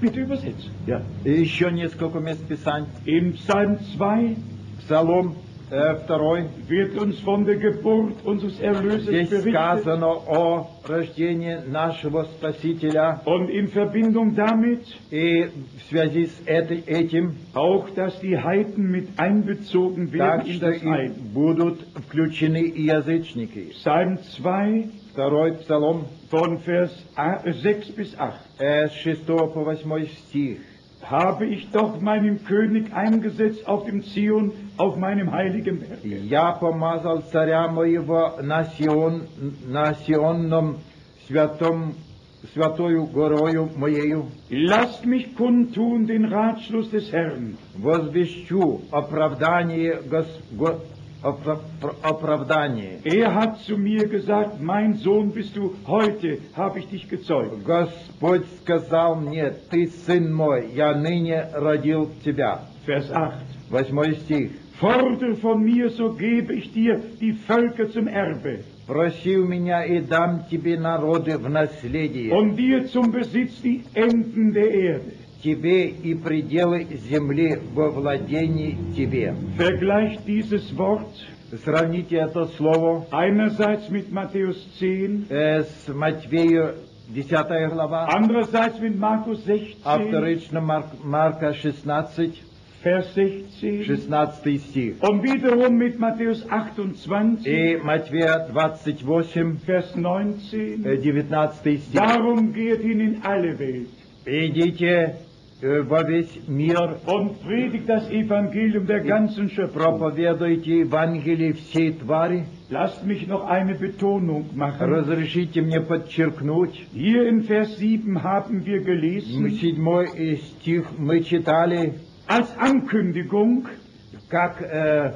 [SPEAKER 1] Bitte übersetzen.
[SPEAKER 2] Я- И еще несколько мест Писания.
[SPEAKER 1] Im Psalm 2
[SPEAKER 2] Псалом э, 2,
[SPEAKER 1] wird uns von der Geburt unseres Erlösers
[SPEAKER 2] здесь
[SPEAKER 1] berichtet.
[SPEAKER 2] сказано о рождении нашего Спасителя.
[SPEAKER 1] Und in Verbindung damit
[SPEAKER 2] И в связи с этой- этим,
[SPEAKER 1] auch, dass die Heiden mit einbezogen
[SPEAKER 2] так
[SPEAKER 1] werden in
[SPEAKER 2] что
[SPEAKER 1] das
[SPEAKER 2] и
[SPEAKER 1] Heil.
[SPEAKER 2] будут включены и язычники.
[SPEAKER 1] Psalm 2
[SPEAKER 2] Второй Псалом
[SPEAKER 1] von Vers a- 6 bis 8.
[SPEAKER 2] э, с 6 по 8 стих.
[SPEAKER 1] Habe ich doch meinen König eingesetzt auf dem Zion, auf meinem heiligen Berg.
[SPEAKER 2] «Я помазал царя моего на, Сион, на Сионном святом, святою горою моею,
[SPEAKER 1] Lasst mich kundtun den Ratschluss des Herrn.
[SPEAKER 2] возвещу оправдание, Гос- Го- опра- пр- оправдание.
[SPEAKER 1] Er hat zu mir gesagt, mein Sohn bist du, heute habe ich dich gezeugt.
[SPEAKER 2] Господь сказал мне, ты сын мой, я ныне родил тебя».
[SPEAKER 1] Vers 8.
[SPEAKER 2] Восьмой стих.
[SPEAKER 1] Fordere von mir, so gebe ich dir die Völker zum Erbe
[SPEAKER 2] «Проси у меня и дам тебе народы в наследие,
[SPEAKER 1] und dir zum Besitz die Enden der Erde.
[SPEAKER 2] тебе и пределы земли во владении тебе».
[SPEAKER 1] Vergleicht dieses Wort
[SPEAKER 2] Сравните это слово
[SPEAKER 1] einerseits mit Matthäus 10,
[SPEAKER 2] э, с Матвею 10 глава,
[SPEAKER 1] andererseits mit Markus
[SPEAKER 2] а
[SPEAKER 1] 16,
[SPEAKER 2] вторично Марк- Марка 16,
[SPEAKER 1] Vers 16
[SPEAKER 2] 16 стих.
[SPEAKER 1] und wiederum mit Matthäus 28,
[SPEAKER 2] И Матвея 28,
[SPEAKER 1] Vers
[SPEAKER 2] э,
[SPEAKER 1] 19.
[SPEAKER 2] 19 стих.
[SPEAKER 1] Darum geht hin in alle Welt
[SPEAKER 2] «Идите э, во весь мир,
[SPEAKER 1] und predigt das Evangelium der ganzen Schöpfung.
[SPEAKER 2] проповедуйте Евангелие всей твари».
[SPEAKER 1] Lasst mich noch eine Betonung machen.
[SPEAKER 2] Разрешите мне подчеркнуть,
[SPEAKER 1] Hier in Vers 7 haben wir
[SPEAKER 2] м,
[SPEAKER 1] gelesen,
[SPEAKER 2] седьмой э, стих мы читали
[SPEAKER 1] als Ankündigung,
[SPEAKER 2] как э,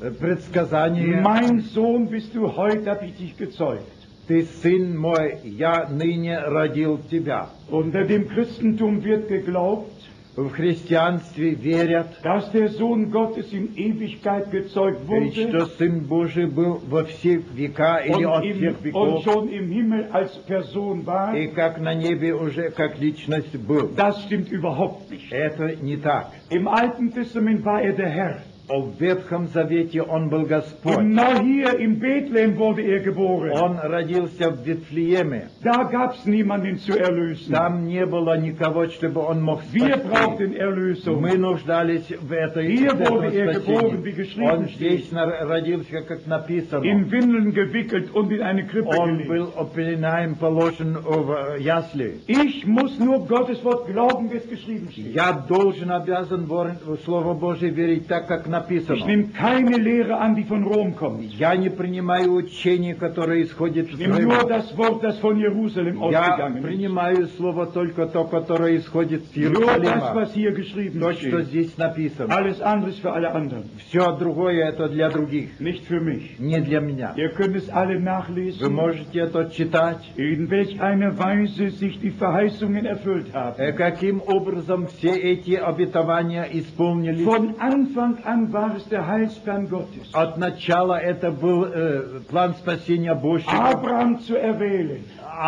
[SPEAKER 2] э, предсказание
[SPEAKER 1] mein Sohn bist du, heute habe ich dich gezeugt.
[SPEAKER 2] «Ты сын мой, я ныне родил тебя».
[SPEAKER 1] Unter dem Christentum wird geglaubt,
[SPEAKER 2] В христианстве верят,
[SPEAKER 1] dass der Sohn Gottes in Ewigkeit gezeugt
[SPEAKER 2] э, что
[SPEAKER 1] wurde
[SPEAKER 2] Сын Божий был во все века или
[SPEAKER 1] und,
[SPEAKER 2] от
[SPEAKER 1] im,
[SPEAKER 2] всех
[SPEAKER 1] und
[SPEAKER 2] веков,
[SPEAKER 1] schon im Himmel als Person war.
[SPEAKER 2] и как на небе уже как личность был.
[SPEAKER 1] Das stimmt überhaupt nicht.
[SPEAKER 2] Это не так.
[SPEAKER 1] Im Alten Testament war er der Herr.
[SPEAKER 2] А В Ветхом Завете Он был
[SPEAKER 1] Und
[SPEAKER 2] Господь.
[SPEAKER 1] noch hier in Bethlehem wurde er geboren.
[SPEAKER 2] Он родился в Ветлееме.
[SPEAKER 1] Da gab es niemanden zu erlösen.
[SPEAKER 2] Там не было никого, чтобы он мог
[SPEAKER 1] Wir
[SPEAKER 2] спасти.
[SPEAKER 1] brauchten Erlösung.
[SPEAKER 2] Мы нуждались в этой
[SPEAKER 1] Hier
[SPEAKER 2] в этом
[SPEAKER 1] wurde er geboren, wie
[SPEAKER 2] спасении.
[SPEAKER 1] geschrieben
[SPEAKER 2] Он здесь
[SPEAKER 1] steht.
[SPEAKER 2] на- родился, как написано.
[SPEAKER 1] In Windeln gewickelt und in eine Krippe
[SPEAKER 2] Он
[SPEAKER 1] gelegt.
[SPEAKER 2] был опеленаем положен в э, ясли.
[SPEAKER 1] Ich muss nur Gottes Wort glauben, wie es geschrieben steht.
[SPEAKER 2] Я должен, обязан вор- в Слово Божие верить так, как
[SPEAKER 1] Ich
[SPEAKER 2] написано.
[SPEAKER 1] nehme keine Lehre an, die von Rom kommt.
[SPEAKER 2] Я не принимаю учение, которое исходит из
[SPEAKER 1] Ich nehme nur
[SPEAKER 2] Рима.
[SPEAKER 1] das Wort, das von Jerusalem
[SPEAKER 2] Я
[SPEAKER 1] ausgegangen ist.
[SPEAKER 2] принимаю слово только то, которое исходит с
[SPEAKER 1] Nur das,
[SPEAKER 2] Иерусалима.
[SPEAKER 1] was hier geschrieben
[SPEAKER 2] То, что
[SPEAKER 1] steht.
[SPEAKER 2] здесь написано.
[SPEAKER 1] Alles andere ist für alle anderen,
[SPEAKER 2] Все другое это для других,
[SPEAKER 1] nicht für mich.
[SPEAKER 2] не для меня.
[SPEAKER 1] Ihr könnt es alle
[SPEAKER 2] Вы
[SPEAKER 1] nachlesen,
[SPEAKER 2] можете это читать.
[SPEAKER 1] in welch einer Weise sich die Verheißungen erfüllt
[SPEAKER 2] Э,
[SPEAKER 1] haben.
[SPEAKER 2] Каким образом все эти обетования исполнились?
[SPEAKER 1] Von Anfang an Anfang war es der Heilsplan Gottes,
[SPEAKER 2] От начала это был э, план спасения Божьего.
[SPEAKER 1] Abraham zu erwählen,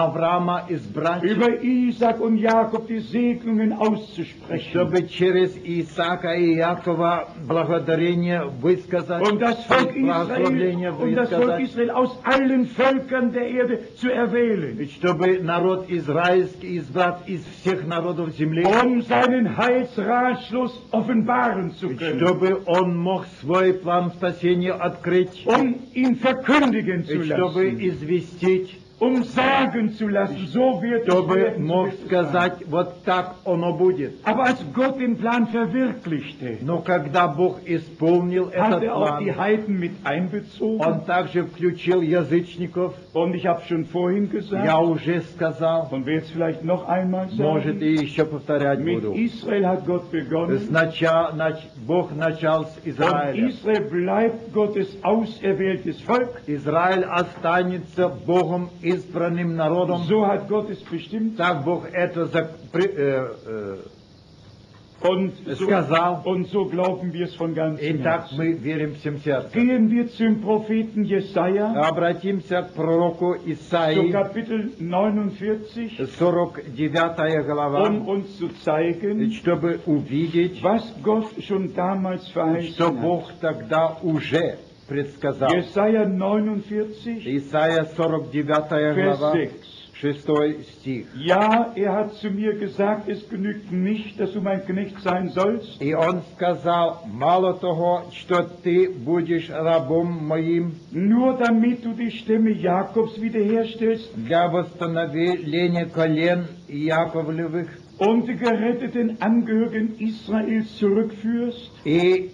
[SPEAKER 2] Авраама избрать,
[SPEAKER 1] über Isaac und Jakob die Segnungen auszusprechen
[SPEAKER 2] чтобы через Исаака и Якова благодарение высказать,
[SPEAKER 1] und um das Volk
[SPEAKER 2] прославление
[SPEAKER 1] Israel, und das Volk
[SPEAKER 2] высказать,
[SPEAKER 1] Israel aus allen Völkern der Erde zu erwählen,
[SPEAKER 2] и чтобы народ израильский избрать из всех народов земли,
[SPEAKER 1] um seinen Heilsratschluss offenbaren zu können,
[SPEAKER 2] чтобы он мог свой план спасения открыть,
[SPEAKER 1] um ihn verkündigen zu
[SPEAKER 2] и чтобы
[SPEAKER 1] lassen,
[SPEAKER 2] известить,
[SPEAKER 1] um sagen zu lassen, so wird es
[SPEAKER 2] чтобы
[SPEAKER 1] werden, so
[SPEAKER 2] мог
[SPEAKER 1] wird es sein.
[SPEAKER 2] сказать, вот так оно будет.
[SPEAKER 1] Aber als Gott den Plan verwirklichte,
[SPEAKER 2] Но когда Бог исполнил
[SPEAKER 1] hat
[SPEAKER 2] этот
[SPEAKER 1] er auch die
[SPEAKER 2] план,
[SPEAKER 1] Heiden mit einbezogen.
[SPEAKER 2] Он также включил язычников.
[SPEAKER 1] Und ich habe schon vorhin gesagt,
[SPEAKER 2] Я уже сказал,
[SPEAKER 1] und will es vielleicht noch einmal
[SPEAKER 2] может
[SPEAKER 1] sagen,
[SPEAKER 2] и еще повторять
[SPEAKER 1] mit
[SPEAKER 2] буду.
[SPEAKER 1] Israel hat Gott begonnen.
[SPEAKER 2] Сначала, нач- Бог начал с
[SPEAKER 1] Und
[SPEAKER 2] Израиля.
[SPEAKER 1] Israel bleibt Gottes auserwähltes Volk.
[SPEAKER 2] Израиль останется Богом избранным народом.
[SPEAKER 1] So hat Gott es bestimmt.
[SPEAKER 2] Так Бог это зак- при- э,
[SPEAKER 1] Und
[SPEAKER 2] Es
[SPEAKER 1] so,
[SPEAKER 2] сказал.
[SPEAKER 1] und so glauben wir es von
[SPEAKER 2] э, И
[SPEAKER 1] ganzem
[SPEAKER 2] так
[SPEAKER 1] Herzen.
[SPEAKER 2] мы верим всем сердцем.
[SPEAKER 1] Gehen wir zum Propheten Jesaja,
[SPEAKER 2] Обратимся к пророку
[SPEAKER 1] zu
[SPEAKER 2] Исаии,
[SPEAKER 1] Kapitel 49,
[SPEAKER 2] 49
[SPEAKER 1] um
[SPEAKER 2] глава,
[SPEAKER 1] uns zu zeigen,
[SPEAKER 2] чтобы увидеть,
[SPEAKER 1] was Gott schon damals
[SPEAKER 2] что
[SPEAKER 1] verheißen hat.
[SPEAKER 2] Бог тогда уже предсказал.
[SPEAKER 1] Jesaja 49,
[SPEAKER 2] Исайя 49
[SPEAKER 1] Vers
[SPEAKER 2] глава,
[SPEAKER 1] 6.
[SPEAKER 2] 6 стих.
[SPEAKER 1] Ja, er hat zu mir gesagt, es genügt nicht, dass du mein Knecht sein sollst,
[SPEAKER 2] И он сказал, мало того, что ты будешь рабом моим
[SPEAKER 1] nur damit du die Stimme Jakobs wiederherstellst
[SPEAKER 2] для восстановления колен Яковлевых
[SPEAKER 1] und die geretteten Angehörigen Israels zurückführst.
[SPEAKER 2] и,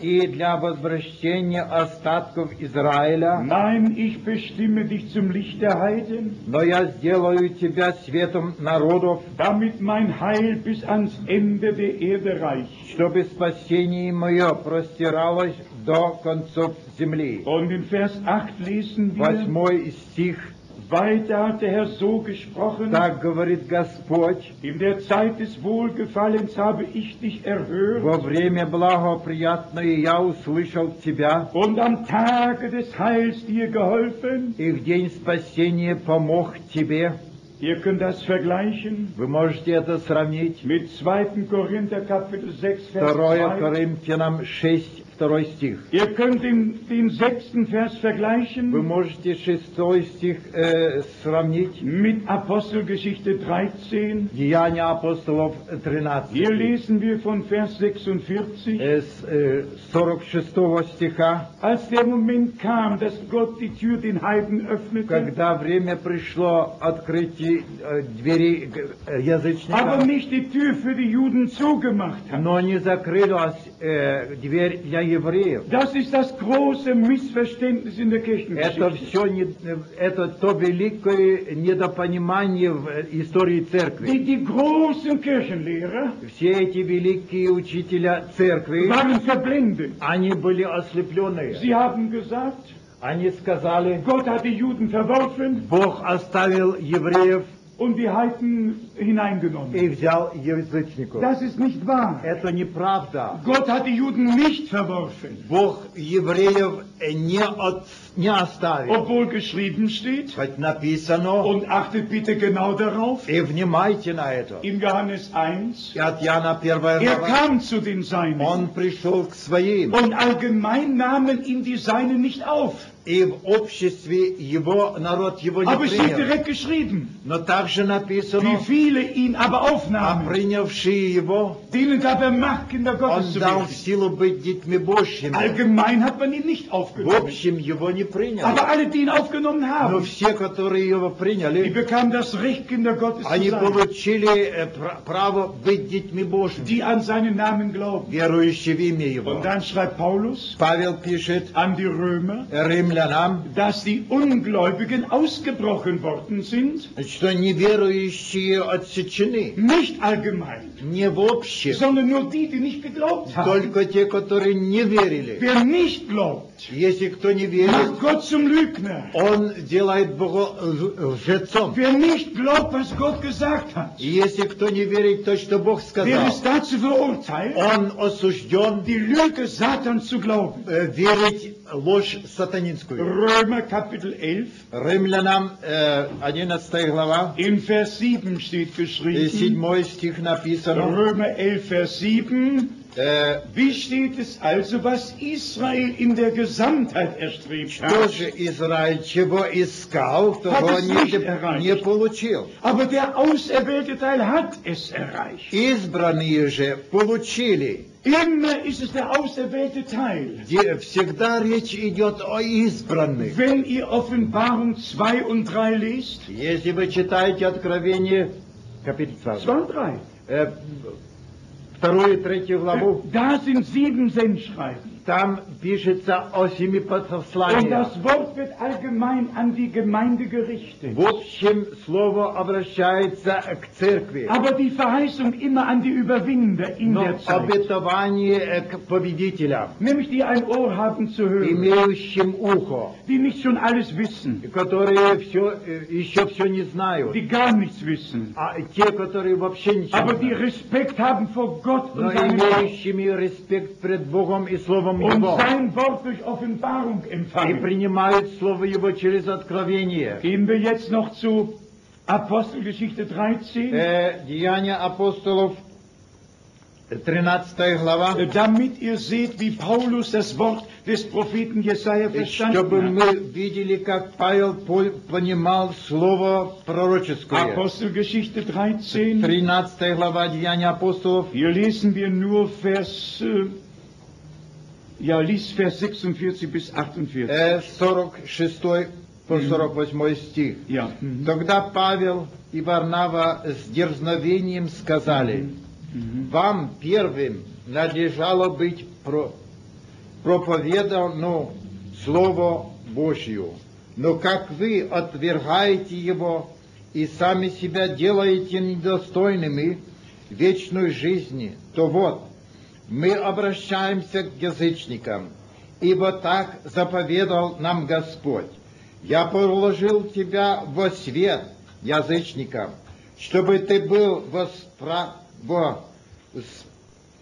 [SPEAKER 2] и для возвращения остатков Израиля.
[SPEAKER 1] Nein, ich bestimme dich zum Licht der Heiden,
[SPEAKER 2] Но я сделаю тебя светом народов,
[SPEAKER 1] damit mein Heil bis ans Ende der Erde reicht.
[SPEAKER 2] чтобы спасение мое простиралось до концов земли.
[SPEAKER 1] Und in Vers 8 lesen wir,
[SPEAKER 2] Восьмой стих.
[SPEAKER 1] weiter hat der Herr so gesprochen,
[SPEAKER 2] Так говорит Господь,
[SPEAKER 1] in der Zeit des Wohlgefallens habe ich dich erhört.
[SPEAKER 2] Во время благоприятное я услышал тебя,
[SPEAKER 1] und am Tage des Heils dir geholfen.
[SPEAKER 2] и в день спасения помог тебе.
[SPEAKER 1] Ihr könnt das vergleichen
[SPEAKER 2] Вы можете это сравнить.
[SPEAKER 1] mit 2. Korinther Kapitel 6, Vers
[SPEAKER 2] 2
[SPEAKER 1] 2.
[SPEAKER 2] Коринфянам 6, 2 стих.
[SPEAKER 1] Ihr könnt den, den sechsten Vers
[SPEAKER 2] Вы
[SPEAKER 1] vergleichen
[SPEAKER 2] можете 6 стих э, сравнить.
[SPEAKER 1] mit Apostelgeschichte 13.
[SPEAKER 2] Деяния апостолов
[SPEAKER 1] Hier
[SPEAKER 2] 13.
[SPEAKER 1] lesen wir von Vers 46.
[SPEAKER 2] Э, с э, 46 стиха.
[SPEAKER 1] Als der Moment kam, dass Gott die Tür den Heiden öffnete,
[SPEAKER 2] Когда время пришло открыть э, двери э,
[SPEAKER 1] aber
[SPEAKER 2] язычникам,
[SPEAKER 1] nicht die Tür für die Juden zugemacht hat.
[SPEAKER 2] но не закрылась э, дверь для евреев.
[SPEAKER 1] Das ist das große Missverständnis in der
[SPEAKER 2] Это
[SPEAKER 1] Kirchengeschichte.
[SPEAKER 2] все, не- это то великое недопонимание в э, истории церкви.
[SPEAKER 1] Die, die großen Kirchenlehrer
[SPEAKER 2] Все эти великие учителя церкви,
[SPEAKER 1] waren verblendet.
[SPEAKER 2] они были ослеплены.
[SPEAKER 1] Sie haben gesagt,
[SPEAKER 2] Они сказали,
[SPEAKER 1] Gott hat die Juden verworfen
[SPEAKER 2] Бог оставил евреев
[SPEAKER 1] und die Heiden hineingenommen.
[SPEAKER 2] и взял язычников.
[SPEAKER 1] Das ist nicht wahr.
[SPEAKER 2] Это неправда.
[SPEAKER 1] Gott hat die Juden nicht verworfen,
[SPEAKER 2] Бог евреев э, не, от- не оставил.
[SPEAKER 1] obwohl geschrieben steht,
[SPEAKER 2] Хоть написано,
[SPEAKER 1] und achtet bitte genau darauf,
[SPEAKER 2] и внимайте на это.
[SPEAKER 1] in Johannes 1,
[SPEAKER 2] И от Яна 1
[SPEAKER 1] er
[SPEAKER 2] глава,
[SPEAKER 1] kam zu den Seinen
[SPEAKER 2] он пришел к своим.
[SPEAKER 1] und allgemein nahmen ihn die Seinen nicht auf.
[SPEAKER 2] И в обществе его народ его не
[SPEAKER 1] Aber es steht
[SPEAKER 2] принял.
[SPEAKER 1] direkt geschrieben,
[SPEAKER 2] Но также
[SPEAKER 1] wie
[SPEAKER 2] написано,
[SPEAKER 1] viele ihn aber
[SPEAKER 2] а
[SPEAKER 1] aufnahmen,
[SPEAKER 2] принявшие его,
[SPEAKER 1] denen gab er Macht, Kinder Gottes
[SPEAKER 2] он
[SPEAKER 1] zu
[SPEAKER 2] дал
[SPEAKER 1] werden.
[SPEAKER 2] силу быть детьми
[SPEAKER 1] А
[SPEAKER 2] Божьими.
[SPEAKER 1] Allgemein hat man ihn nicht
[SPEAKER 2] В
[SPEAKER 1] aufgenommen.
[SPEAKER 2] общем, его не приняли.
[SPEAKER 1] Aber alle, die ihn aufgenommen
[SPEAKER 2] Но
[SPEAKER 1] haben,
[SPEAKER 2] все, которые его
[SPEAKER 1] die
[SPEAKER 2] приняли,
[SPEAKER 1] bekamen das Recht, Kinder Gottes zu
[SPEAKER 2] они
[SPEAKER 1] sein,
[SPEAKER 2] получили э, пра- право быть детьми Божьими,
[SPEAKER 1] die an seinen Namen glauben.
[SPEAKER 2] верующие в имя его.
[SPEAKER 1] Und dann schreibt Paulus
[SPEAKER 2] Павел пишет
[SPEAKER 1] an die Römer,
[SPEAKER 2] римлянам,
[SPEAKER 1] dass die Ungläubigen ausgebrochen worden sind,
[SPEAKER 2] что неверующие отсечены.
[SPEAKER 1] nicht allgemein,
[SPEAKER 2] Не в общем,
[SPEAKER 1] sondern nur die, die nicht geglaubt haben.
[SPEAKER 2] только те, которые не верили.
[SPEAKER 1] Wer nicht glaubt,
[SPEAKER 2] Если кто не верит,
[SPEAKER 1] macht Gott zum Lügner.
[SPEAKER 2] он делает Бога лж- лжецом.
[SPEAKER 1] Wer nicht glaubt, was Gott gesagt hat,
[SPEAKER 2] И если кто не верит то, что Бог
[SPEAKER 1] der
[SPEAKER 2] сказал,
[SPEAKER 1] ist dazu verurteilt,
[SPEAKER 2] он осужден
[SPEAKER 1] die Lüge Satans zu glauben.
[SPEAKER 2] э, верить ложь сатанинскую.
[SPEAKER 1] Römer Kapitel 11,
[SPEAKER 2] Римлянам э, 11 глава,
[SPEAKER 1] in Vers 7 steht
[SPEAKER 2] э,
[SPEAKER 1] geschrieben,
[SPEAKER 2] 7 стих написано.
[SPEAKER 1] Römer 11, Vers 7,
[SPEAKER 2] э,
[SPEAKER 1] wie steht es also, was Israel in der Gesamtheit erstrebt
[SPEAKER 2] Кто
[SPEAKER 1] hat?
[SPEAKER 2] же Израиль чего искал, того не, не получил.
[SPEAKER 1] Aber der auserwählte Teil hat es erreicht.
[SPEAKER 2] Избранные же получили.
[SPEAKER 1] Immer ist es der auserwählte Teil.
[SPEAKER 2] Де- Всегда речь идет о избранных.
[SPEAKER 1] Wenn ihr Offenbarung 2 und 3 lest,
[SPEAKER 2] Если вы читаете Откровение, капитал
[SPEAKER 1] 2 und 3,
[SPEAKER 2] э, вторую и третью главу,
[SPEAKER 1] äh, da sind sieben Sendschreiben.
[SPEAKER 2] там пишется о семи
[SPEAKER 1] Und
[SPEAKER 2] посланиях.
[SPEAKER 1] das Wort wird allgemein an die Gemeinde gerichtet.
[SPEAKER 2] В общем, слово обращается к церкви.
[SPEAKER 1] Aber die Verheißung immer an die Überwinder in
[SPEAKER 2] Но
[SPEAKER 1] der Zeit.
[SPEAKER 2] обетование э, к победителям,
[SPEAKER 1] Nämlich die ein Ohr haben zu hören,
[SPEAKER 2] имеющим ухо.
[SPEAKER 1] die nicht schon alles wissen,
[SPEAKER 2] которые все, еще все не знают,
[SPEAKER 1] die gar nichts wissen,
[SPEAKER 2] а те, которые вообще ничего
[SPEAKER 1] aber
[SPEAKER 2] не
[SPEAKER 1] die
[SPEAKER 2] знают,
[SPEAKER 1] Respekt haben vor Gott
[SPEAKER 2] но
[SPEAKER 1] und seinem Wort
[SPEAKER 2] имеющими респект пред Богом и Словом Его,
[SPEAKER 1] und sein Wort durch Offenbarung
[SPEAKER 2] и
[SPEAKER 1] empfangen.
[SPEAKER 2] принимают Слово Его через откровение.
[SPEAKER 1] Gehen wir jetzt noch zu Apostelgeschichte 13,
[SPEAKER 2] Э, Деяния апостолов, 13 глава,
[SPEAKER 1] Äh, damit ihr seht, wie Paulus das Wort des Propheten Jesaja
[SPEAKER 2] чтобы
[SPEAKER 1] verstanden hat.
[SPEAKER 2] мы видели, как Павел по- понимал Слово пророческое.
[SPEAKER 1] Apostelgeschichte 13,
[SPEAKER 2] 13 глава Деяния апостолов,
[SPEAKER 1] Hier lesen wir nur Vers, äh, ja, lies Vers 46 bis 48.
[SPEAKER 2] э, 46 по 48 стих.
[SPEAKER 1] ja. mhm.
[SPEAKER 2] Тогда Павел и Варнава с дерзновением сказали, вам первым надлежало быть про... проповедано ну, Слово Божье, но как вы отвергаете его и сами себя делаете недостойными вечной жизни, то вот, мы обращаемся к язычникам, ибо так заповедал нам Господь. Я положил тебя во свет язычникам, чтобы ты был во, спра- во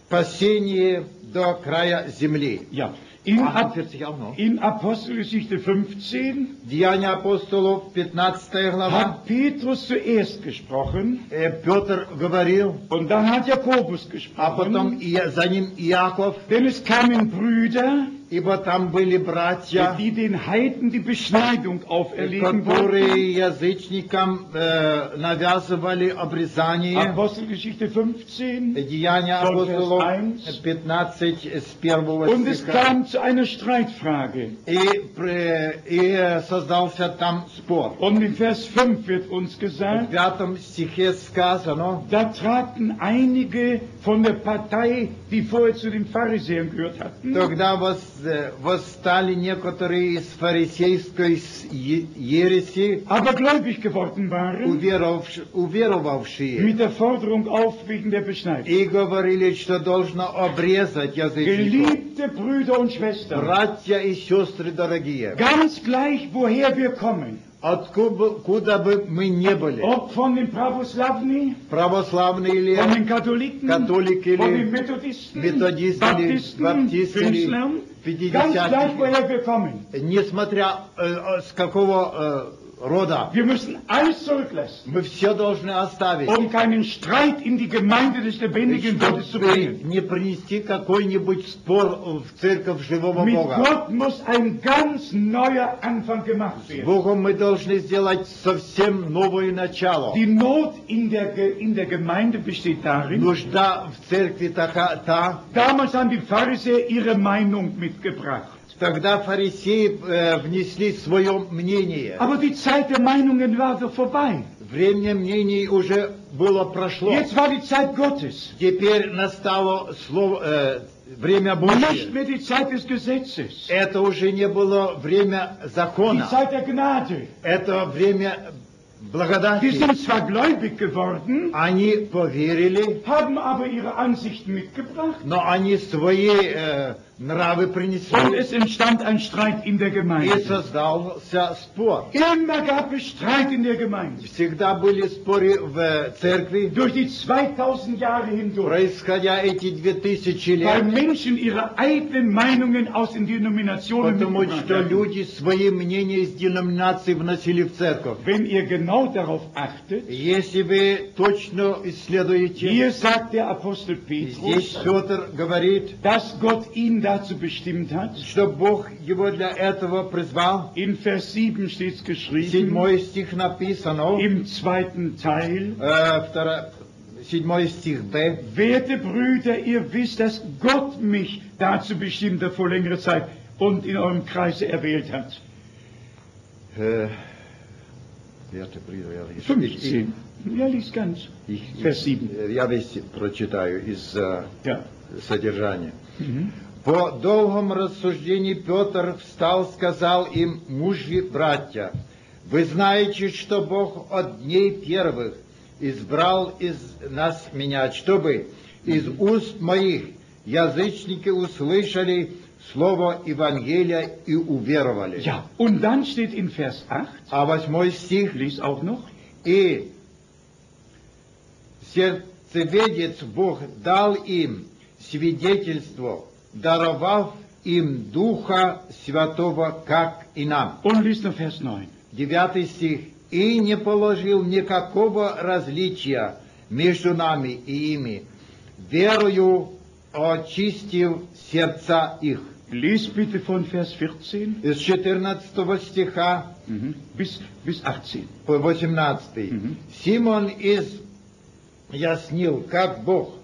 [SPEAKER 2] спасении до края земли.
[SPEAKER 1] ja. In, Ap
[SPEAKER 2] 48 auch noch.
[SPEAKER 1] in Apostelgeschichte 15
[SPEAKER 2] Деяния апостолов, 15 глава.
[SPEAKER 1] hat Petrus zuerst gesprochen
[SPEAKER 2] Э, Петр говорил,
[SPEAKER 1] und dann hat Jakobus
[SPEAKER 2] а
[SPEAKER 1] gesprochen.
[SPEAKER 2] потом и- за ним Иаков,
[SPEAKER 1] Denn es kamen Brüder,
[SPEAKER 2] ибо там были братья, э,
[SPEAKER 1] die den Heiden die Beschneidung auferlegen wollten.
[SPEAKER 2] которые язычникам э, навязывали
[SPEAKER 1] А
[SPEAKER 2] обрезание. Э,
[SPEAKER 1] Apostelgeschichte 15.
[SPEAKER 2] Деяния
[SPEAKER 1] Von
[SPEAKER 2] апостолов
[SPEAKER 1] Vers
[SPEAKER 2] 15 с
[SPEAKER 1] Und
[SPEAKER 2] 1
[SPEAKER 1] es
[SPEAKER 2] стиха.
[SPEAKER 1] kam zu einer Streitfrage.
[SPEAKER 2] И, пре- и создался там спор.
[SPEAKER 1] Und in Vers 5 wird uns
[SPEAKER 2] В
[SPEAKER 1] gesagt,
[SPEAKER 2] пятом стихе сказано,
[SPEAKER 1] Da traten einige von der Partei, die vorher zu den Pharisäern gehört hatten,
[SPEAKER 2] тогда вос- э, восстали некоторые из фарисейской с- е- ереси,
[SPEAKER 1] aber gläubig geworden waren,
[SPEAKER 2] уверовш- уверовавшие,
[SPEAKER 1] mit der Forderung auf wegen der Beschneidung.
[SPEAKER 2] и говорили, что должно обрезать язычников.
[SPEAKER 1] Geliebte Brüder und Schwestern,
[SPEAKER 2] Братья и сестры дорогие,
[SPEAKER 1] ganz gleich, woher wir kommen,
[SPEAKER 2] откуда куда бы мы ни были,
[SPEAKER 1] ob von den Pravoslavni,
[SPEAKER 2] православные или
[SPEAKER 1] von den Katholiken,
[SPEAKER 2] Katholik или
[SPEAKER 1] von den Methodisten,
[SPEAKER 2] Methodisten или
[SPEAKER 1] Baptisten,
[SPEAKER 2] Baptisten или
[SPEAKER 1] Künstlern, ganz gleich,
[SPEAKER 2] Пятидесятники,
[SPEAKER 1] woher wir kommen.
[SPEAKER 2] несмотря э, э, с какого э, рода,
[SPEAKER 1] Wir müssen alles zurücklassen,
[SPEAKER 2] мы все должны оставить,
[SPEAKER 1] um keinen Streit in die Gemeinde des lebendigen Gottes zu
[SPEAKER 2] чтобы
[SPEAKER 1] bringen.
[SPEAKER 2] не принести какой-нибудь спор в церковь живого
[SPEAKER 1] Mit
[SPEAKER 2] Бога.
[SPEAKER 1] Gott muss ein ganz neuer Anfang gemacht
[SPEAKER 2] С
[SPEAKER 1] werden.
[SPEAKER 2] Богом мы должны сделать совсем новое начало.
[SPEAKER 1] Die Not in der, Ge- in der Gemeinde besteht darin,
[SPEAKER 2] Нужда в церкви така, та.
[SPEAKER 1] damals haben die Pharisäer ihre Meinung mitgebracht.
[SPEAKER 2] Тогда фарисеи э, внесли свое мнение.
[SPEAKER 1] Aber die Zeit der Meinungen war doch vorbei.
[SPEAKER 2] Время мнений уже было прошло.
[SPEAKER 1] Jetzt war die Zeit Gottes,
[SPEAKER 2] Теперь настало слово, э, время
[SPEAKER 1] nicht
[SPEAKER 2] Божье.
[SPEAKER 1] mehr die Zeit des Gesetzes,
[SPEAKER 2] Это уже не было время
[SPEAKER 1] die
[SPEAKER 2] закона.
[SPEAKER 1] Zeit der Gnade.
[SPEAKER 2] Это время
[SPEAKER 1] Die
[SPEAKER 2] благодати.
[SPEAKER 1] sind zwar gläubig geworden,
[SPEAKER 2] Они поверили,
[SPEAKER 1] haben aber ihre Ansichten mitgebracht.
[SPEAKER 2] но они свои э, нравы
[SPEAKER 1] Und
[SPEAKER 2] принесли.
[SPEAKER 1] es entstand ein Streit in der
[SPEAKER 2] И
[SPEAKER 1] Gemeinde.
[SPEAKER 2] создался спор.
[SPEAKER 1] Immer gab es Streit in der Gemeinde.
[SPEAKER 2] Всегда были споры в э, церкви,
[SPEAKER 1] Durch die 2000 Jahre hindurch,
[SPEAKER 2] происходя эти две тысячи
[SPEAKER 1] weil
[SPEAKER 2] лет,
[SPEAKER 1] Menschen ihre eigenen Meinungen aus den Denominationen
[SPEAKER 2] потому
[SPEAKER 1] mitgebracht
[SPEAKER 2] что
[SPEAKER 1] haben.
[SPEAKER 2] люди свои мнения из деноминации вносили в церковь.
[SPEAKER 1] Wenn ihr genau darauf achtet,
[SPEAKER 2] Если вы точно исследуете,
[SPEAKER 1] hier sagt der Apostel
[SPEAKER 2] здесь
[SPEAKER 1] Petrus,
[SPEAKER 2] Петр говорит,
[SPEAKER 1] dass Gott ihn dazu bestimmt hat.
[SPEAKER 2] что Бог его для этого призвал.
[SPEAKER 1] In Vers 7 steht es geschrieben,
[SPEAKER 2] Седьмой стих написано,
[SPEAKER 1] im zweiten Teil,
[SPEAKER 2] э, втора- седьмой стих Б.
[SPEAKER 1] Werte Brüder, ihr wisst, dass Gott mich dazu bestimmt hat vor längerer Zeit und in eurem Kreise erwählt hat.
[SPEAKER 2] Э, Werte Brüder, ja, ich- ich-
[SPEAKER 1] 15. Ja, lies ganz.
[SPEAKER 2] ich- ich-
[SPEAKER 1] Vers 7.
[SPEAKER 2] Я весь прочитаю из э,
[SPEAKER 1] Ja.
[SPEAKER 2] содержания. По долгом рассуждении Петр встал, сказал им, мужи, братья, вы знаете, что Бог от дней первых избрал из нас меня, чтобы из уст моих язычники услышали слово Евангелия и уверовали.
[SPEAKER 1] Ja, und dann steht in Vers 8,
[SPEAKER 2] А восьмой стих
[SPEAKER 1] lies auch noch,
[SPEAKER 2] и сердцеведец Бог дал им свидетельство, даровав им Духа Святого, как и нам.
[SPEAKER 1] und lies noch Vers 9.
[SPEAKER 2] Девятый стих. И не положил никакого различия между нами и ими, верою очистив сердца их.
[SPEAKER 1] Lies bitte von Vers 14
[SPEAKER 2] Из 14 стиха
[SPEAKER 1] mhm. bis, bis 18.
[SPEAKER 2] по 18.
[SPEAKER 1] Мгм.
[SPEAKER 2] Симон из яснил, как Бог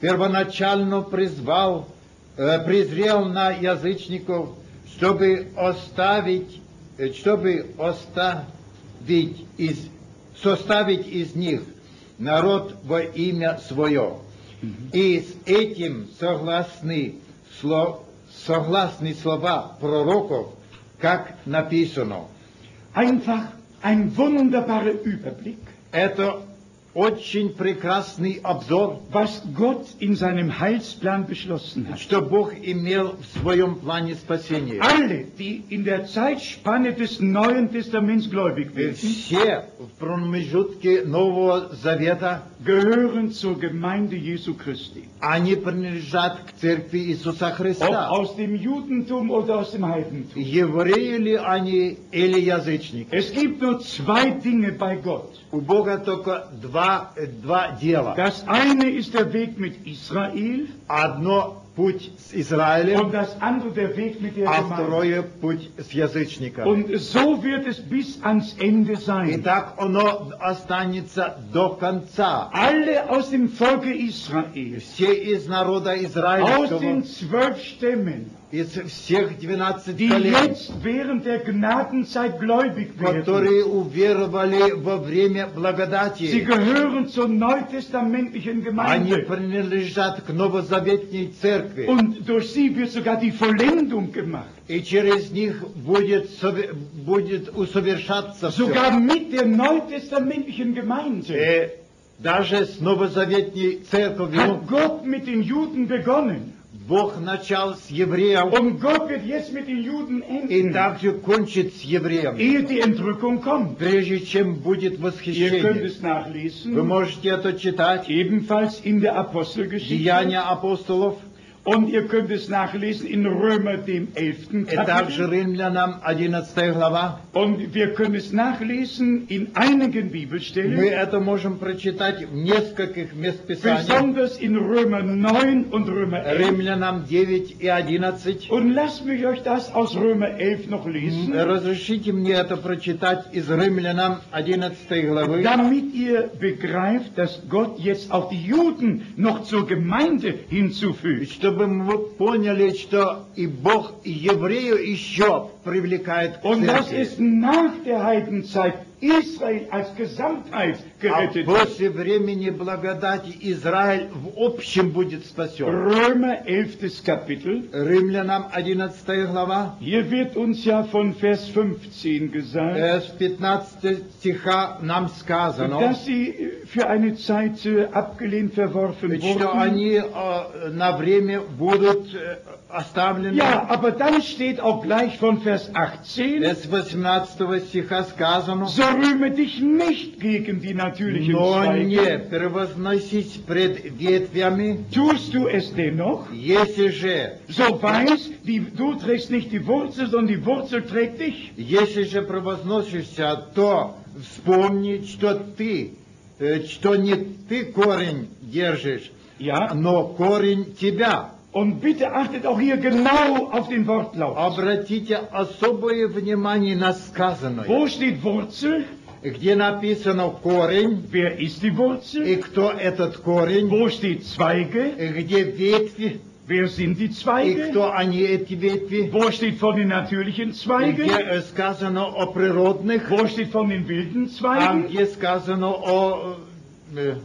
[SPEAKER 2] первоначально призвал, э, презрел на язычников, чтобы оставить, э, чтобы оставить из, составить из них народ во имя свое. И с этим согласны, сло- согласны слова пророков, как написано.
[SPEAKER 1] Einfach ein wunderbarer Überblick,
[SPEAKER 2] Это очень прекрасный обзор,
[SPEAKER 1] was Gott in seinem Heilsplan beschlossen hat.
[SPEAKER 2] что Бог имел в своем плане спасения.
[SPEAKER 1] Alle, die in der Zeitspanne des Neuen Testaments gläubig
[SPEAKER 2] И
[SPEAKER 1] werden,
[SPEAKER 2] Все в промежутке Нового Завета,
[SPEAKER 1] gehören zur Gemeinde Jesu Christi.
[SPEAKER 2] они принадлежат к церкви Иисуса
[SPEAKER 1] Ob
[SPEAKER 2] Христа.
[SPEAKER 1] aus dem Judentum oder aus dem Heidentum.
[SPEAKER 2] Евреи ли они или язычники?
[SPEAKER 1] Es gibt nur zwei Dinge bei Gott.
[SPEAKER 2] У Бога только два, э, два дела.
[SPEAKER 1] Das eine ist der Weg mit Israel
[SPEAKER 2] Одно путь с Израилем,
[SPEAKER 1] und das andere der Weg mit der
[SPEAKER 2] а
[SPEAKER 1] Gemeinde.
[SPEAKER 2] второе путь с язычником.
[SPEAKER 1] Und so wird es bis ans Ende
[SPEAKER 2] И
[SPEAKER 1] sein.
[SPEAKER 2] так оно останется до конца.
[SPEAKER 1] Alle aus dem Volke Israel,
[SPEAKER 2] Все из народа
[SPEAKER 1] aus
[SPEAKER 2] израильского,
[SPEAKER 1] den zwölf Stämmen,
[SPEAKER 2] из всех 12
[SPEAKER 1] die
[SPEAKER 2] колен,
[SPEAKER 1] jetzt während der Gnadenzeit gläubig werden,
[SPEAKER 2] которые уверовали во время
[SPEAKER 1] Sie
[SPEAKER 2] благодати,
[SPEAKER 1] gehören zur neutestamentlichen
[SPEAKER 2] они
[SPEAKER 1] Gemeinde.
[SPEAKER 2] принадлежат к новозаветней церкви,
[SPEAKER 1] Und durch sie wird sogar die Vollendung gemacht.
[SPEAKER 2] и через них будет, сове- будет усовершаться все.
[SPEAKER 1] Sogar mit der neutestamentlichen Gemeinde
[SPEAKER 2] Э, даже с новозаветней церковью
[SPEAKER 1] hat Gott mit den Juden begonnen.
[SPEAKER 2] Бог начал с евреев
[SPEAKER 1] Und Gott wird jetzt mit den Juden
[SPEAKER 2] и
[SPEAKER 1] enden,
[SPEAKER 2] также кончит с евреем,
[SPEAKER 1] ehe die Entrückung kommt.
[SPEAKER 2] прежде чем будет
[SPEAKER 1] Ihr könnt
[SPEAKER 2] восхищение.
[SPEAKER 1] es
[SPEAKER 2] Вы
[SPEAKER 1] nachlesen,
[SPEAKER 2] можете это читать.
[SPEAKER 1] ebenfalls in der Apostelgeschichte.
[SPEAKER 2] Деяния апостолов
[SPEAKER 1] Und ihr könnt es nachlesen in Römer dem 11.
[SPEAKER 2] И также
[SPEAKER 1] Kapitel.
[SPEAKER 2] римлянам 11 глава.
[SPEAKER 1] Und wir können es nachlesen in einigen Bibelstellen.
[SPEAKER 2] Мы это можем прочитать в нескольких мест Писания.
[SPEAKER 1] besonders in Römer 9 und Römer 11.
[SPEAKER 2] Римлянам 9 и 11.
[SPEAKER 1] Und lasst mich euch das aus Römer 11 noch lesen,
[SPEAKER 2] Mhm. Разрешите мне это прочитать из Римлянам 11 главы,
[SPEAKER 1] damit ihr begreift, dass Gott jetzt auch die Juden noch zur Gemeinde hinzufügt.
[SPEAKER 2] чтобы мы поняли, что и Бог, и еврею еще привлекает к
[SPEAKER 1] Und das
[SPEAKER 2] церкви.
[SPEAKER 1] ist nach der Heidenzeit Israel als Gesamtheit
[SPEAKER 2] А
[SPEAKER 1] gerettet ist.
[SPEAKER 2] после времени благодати Израиль в общем будет спасен.
[SPEAKER 1] Römer 11. Kapitel.
[SPEAKER 2] Римлянам 11 глава,
[SPEAKER 1] Hier wird uns ja von Vers 15 gesagt,
[SPEAKER 2] э, с 15 стиха нам сказано,
[SPEAKER 1] dass sie für eine Zeit äh, abgelehnt verworfen
[SPEAKER 2] что
[SPEAKER 1] wurden.
[SPEAKER 2] они э, на время будут э, оставлены.
[SPEAKER 1] Ja, aber dann steht auch gleich von Vers 18,
[SPEAKER 2] Э, С 18 стиха сказано,
[SPEAKER 1] so rühme dich nicht gegen die natürlichen
[SPEAKER 2] но не
[SPEAKER 1] Zweige.
[SPEAKER 2] превозносись пред ветвями,
[SPEAKER 1] Tust du es dennoch,
[SPEAKER 2] если же,
[SPEAKER 1] so weiß, die, du trägst nicht die Wurzel, sondern die Wurzel trägt dich.
[SPEAKER 2] если же превозносишься, то вспомни, что ты, э, что не ты корень держишь,
[SPEAKER 1] Ja,
[SPEAKER 2] но корень тебя.
[SPEAKER 1] und bitte achtet auch hier genau auf den Wortlaut.
[SPEAKER 2] Обратите особое внимание на сказанное,
[SPEAKER 1] Wo steht Wurzel?
[SPEAKER 2] где написано корень
[SPEAKER 1] Wer ist die
[SPEAKER 2] и
[SPEAKER 1] Wurzel?
[SPEAKER 2] кто этот корень,
[SPEAKER 1] Wo steht Zweige?
[SPEAKER 2] и где ветви
[SPEAKER 1] Wer sind die
[SPEAKER 2] и
[SPEAKER 1] Zweige?
[SPEAKER 2] кто они эти ветви.
[SPEAKER 1] Wo steht von den natürlichen
[SPEAKER 2] где
[SPEAKER 1] Zweigen?
[SPEAKER 2] э, сказано о природных,
[SPEAKER 1] Wo steht von den wilden
[SPEAKER 2] а
[SPEAKER 1] Zweigen?
[SPEAKER 2] где сказано о э,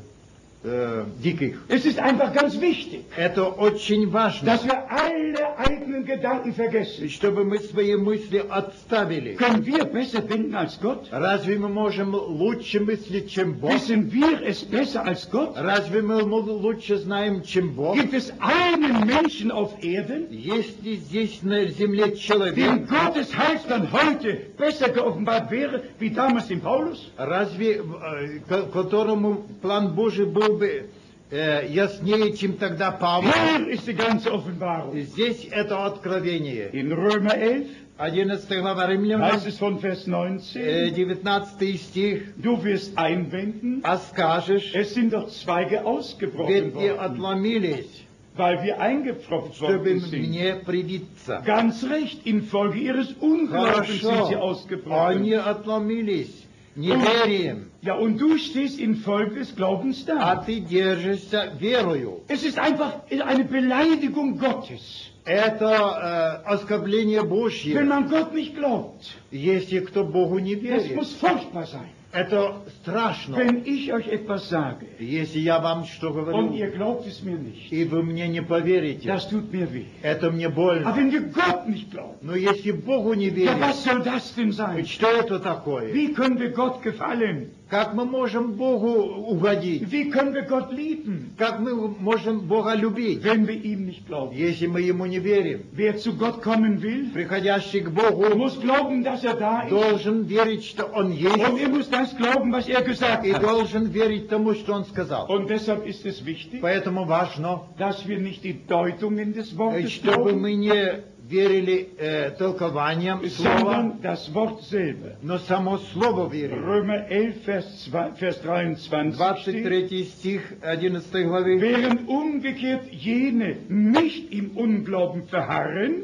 [SPEAKER 2] э, диких.
[SPEAKER 1] Es ist einfach ganz wichtig,
[SPEAKER 2] Это очень важно,
[SPEAKER 1] dass wir alle eigenen Gedanken vergessen.
[SPEAKER 2] чтобы мы свои мысли отставили.
[SPEAKER 1] Können wir besser denken als Gott?
[SPEAKER 2] Разве мы можем лучше мыслить, чем Бог?
[SPEAKER 1] Wissen wir es besser als Gott?
[SPEAKER 2] Разве мы мо- лучше знаем, чем Бог?
[SPEAKER 1] Gibt es einen Menschen auf Erden,
[SPEAKER 2] Если здесь на земле
[SPEAKER 1] dem
[SPEAKER 2] человек,
[SPEAKER 1] Gottes Heilsplan heute besser geoffenbart wäre, wie damals dem Paulus?
[SPEAKER 2] разве э, ко- которому план Божий был бы э, яснее, чем тогда Павел?
[SPEAKER 1] Hier ist die ganze Offenbarung.
[SPEAKER 2] Здесь это откровение.
[SPEAKER 1] In Römer 11
[SPEAKER 2] 11 глава Римлянам,
[SPEAKER 1] heißt es von Vers
[SPEAKER 2] Э,
[SPEAKER 1] 19,
[SPEAKER 2] 19 стих,
[SPEAKER 1] du wirst einwenden,
[SPEAKER 2] а скажешь,
[SPEAKER 1] es sind doch Zweige ausgebrochen
[SPEAKER 2] ветви
[SPEAKER 1] worden,
[SPEAKER 2] отломились,
[SPEAKER 1] weil wir eingepfropft
[SPEAKER 2] чтобы
[SPEAKER 1] worden sind.
[SPEAKER 2] мне привиться.
[SPEAKER 1] Ganz recht, infolge ihres Unglaubens sind sie
[SPEAKER 2] Хорошо, они
[SPEAKER 1] ausgebrochen.
[SPEAKER 2] отломились
[SPEAKER 1] Und-
[SPEAKER 2] неверием,
[SPEAKER 1] Ja, und du stehst infolge des Glaubens
[SPEAKER 2] а
[SPEAKER 1] da.
[SPEAKER 2] ты держишься верою.
[SPEAKER 1] Es ist einfach eine Beleidigung Gottes,
[SPEAKER 2] Это э, оскорбление
[SPEAKER 1] wenn
[SPEAKER 2] Божье,
[SPEAKER 1] man Gott nicht glaubt.
[SPEAKER 2] если кто Богу не
[SPEAKER 1] Es
[SPEAKER 2] верит.
[SPEAKER 1] muss furchtbar sein,
[SPEAKER 2] Это страшно,
[SPEAKER 1] wenn ich euch etwas sage
[SPEAKER 2] если я вам что
[SPEAKER 1] und ihr
[SPEAKER 2] говорю,
[SPEAKER 1] glaubt es mir nicht.
[SPEAKER 2] и вы мне не поверите.
[SPEAKER 1] Das tut mir weh.
[SPEAKER 2] Это мне
[SPEAKER 1] Aber
[SPEAKER 2] больно.
[SPEAKER 1] wenn wir Gott nicht glauben,
[SPEAKER 2] Но если Богу не
[SPEAKER 1] ja,
[SPEAKER 2] верить,
[SPEAKER 1] was soll das denn sein?
[SPEAKER 2] что это такое?
[SPEAKER 1] Wie können wir Gott gefallen?
[SPEAKER 2] Как мы можем Богу угодить?
[SPEAKER 1] Wie können wir Gott lieben,
[SPEAKER 2] Как мы можем Бога любить,
[SPEAKER 1] wenn wir ihm nicht glauben?
[SPEAKER 2] если мы Ему не верим?
[SPEAKER 1] Wer zu Gott kommen will,
[SPEAKER 2] Приходящий к Богу
[SPEAKER 1] muss glauben, dass er da ist.
[SPEAKER 2] должен верить, что
[SPEAKER 1] Und
[SPEAKER 2] Он есть,
[SPEAKER 1] er muss das glauben, was er gesagt
[SPEAKER 2] и
[SPEAKER 1] hat.
[SPEAKER 2] должен верить тому, что Он сказал.
[SPEAKER 1] Und deshalb ist es wichtig,
[SPEAKER 2] Поэтому важно,
[SPEAKER 1] dass wir nicht die Deutungen des
[SPEAKER 2] э,
[SPEAKER 1] Wortes
[SPEAKER 2] чтобы
[SPEAKER 1] glauben,
[SPEAKER 2] мы не верили э, толкованиям Слова,
[SPEAKER 1] sondern das Wort selber.
[SPEAKER 2] но само Слово верили.
[SPEAKER 1] Römer 11, Vers, 2, Vers 23 steht,
[SPEAKER 2] 23 стих 11 главы.
[SPEAKER 1] während umgekehrt jene nicht im Unglauben verharren,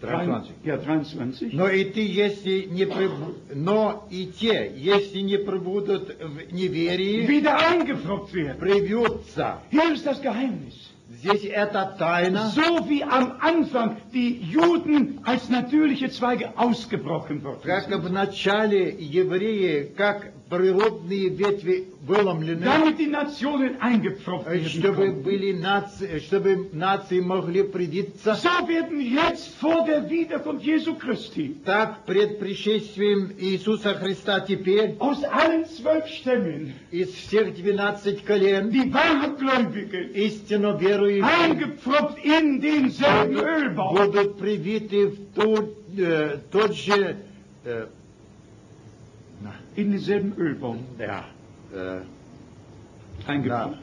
[SPEAKER 2] 23.
[SPEAKER 1] ja, 23,
[SPEAKER 2] Но и ты, если не пребу- но и те, если не пробудут в неверии,
[SPEAKER 1] wieder eingepfropft werden.
[SPEAKER 2] привьются.
[SPEAKER 1] Hier ist das Geheimnis.
[SPEAKER 2] Здесь это тайна,
[SPEAKER 1] So wie am Anfang die Juden als natürliche Zweige ausgebrochen worden
[SPEAKER 2] как
[SPEAKER 1] sind,
[SPEAKER 2] в начале евреи, как природные ветви выломлены,
[SPEAKER 1] damit die Nationen eingepfropft
[SPEAKER 2] э, чтобы
[SPEAKER 1] werden. Konnten.
[SPEAKER 2] были нации, чтобы нации могли привиться.
[SPEAKER 1] So werden jetzt vor der Wiederkunft Jesu Christi
[SPEAKER 2] Так пред пришествием Иисуса Христа теперь
[SPEAKER 1] aus allen zwölf Stämmen
[SPEAKER 2] из всех двенадцать колен
[SPEAKER 1] die Wahrgläubigen
[SPEAKER 2] истинно верующие
[SPEAKER 1] eingepfropft in denselben Ölbau.
[SPEAKER 2] будут привиты в ту- э, тот же э,
[SPEAKER 1] In denselben Ölbau
[SPEAKER 2] да, э,
[SPEAKER 1] eingepfropft.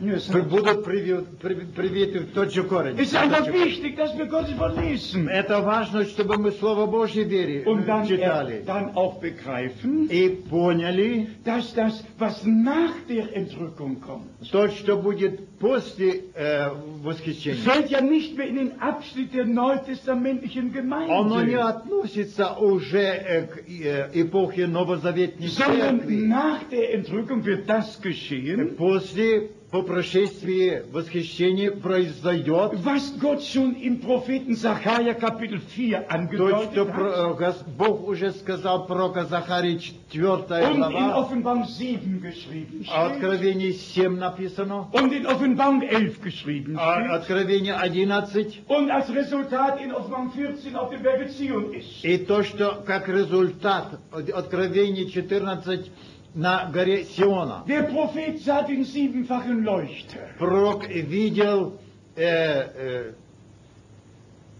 [SPEAKER 1] Ja, es
[SPEAKER 2] при- будут привю- при- привиты в тот же корень.
[SPEAKER 1] es ist
[SPEAKER 2] Тот
[SPEAKER 1] einfach
[SPEAKER 2] же
[SPEAKER 1] wichtig, dass wir Gottes Wort lesen
[SPEAKER 2] Это важно, чтобы мы Слово Божье вери,
[SPEAKER 1] und dann, äh,
[SPEAKER 2] читали
[SPEAKER 1] dann auch begreifen,
[SPEAKER 2] и поняли
[SPEAKER 1] dass das, was nach der Entrückung kommt,
[SPEAKER 2] то, что будет после э, восхищения.
[SPEAKER 1] fällt ja nicht mehr in den Abschnitt der neutestamentlichen
[SPEAKER 2] Оно не
[SPEAKER 1] Gemeinde,
[SPEAKER 2] относится уже э, к э, эпохе Новозаветной
[SPEAKER 1] sondern
[SPEAKER 2] Церкви.
[SPEAKER 1] nach der Entrückung wird das geschehen,
[SPEAKER 2] После по прошествии восхищения произойдет
[SPEAKER 1] Was Gott schon im Propheten Sacharja Kapitel 4
[SPEAKER 2] То, что
[SPEAKER 1] angedeutet hat
[SPEAKER 2] про- э, Гос- Бог уже сказал пророка Захарии 4
[SPEAKER 1] und in
[SPEAKER 2] глава,
[SPEAKER 1] Offenbarung 7 geschrieben
[SPEAKER 2] а
[SPEAKER 1] steht
[SPEAKER 2] Откровение 7 написано,
[SPEAKER 1] und in Offenbarung 11 geschrieben
[SPEAKER 2] а
[SPEAKER 1] steht
[SPEAKER 2] Откровение 11,
[SPEAKER 1] und als Resultat in Offenbarung 14 auf dem Berge Zion ist.
[SPEAKER 2] и то, что как результат от- Откровение 14 на горе Сиона.
[SPEAKER 1] Der Prophet sah den siebenfachen Leuchter.
[SPEAKER 2] Пророк видел э, э,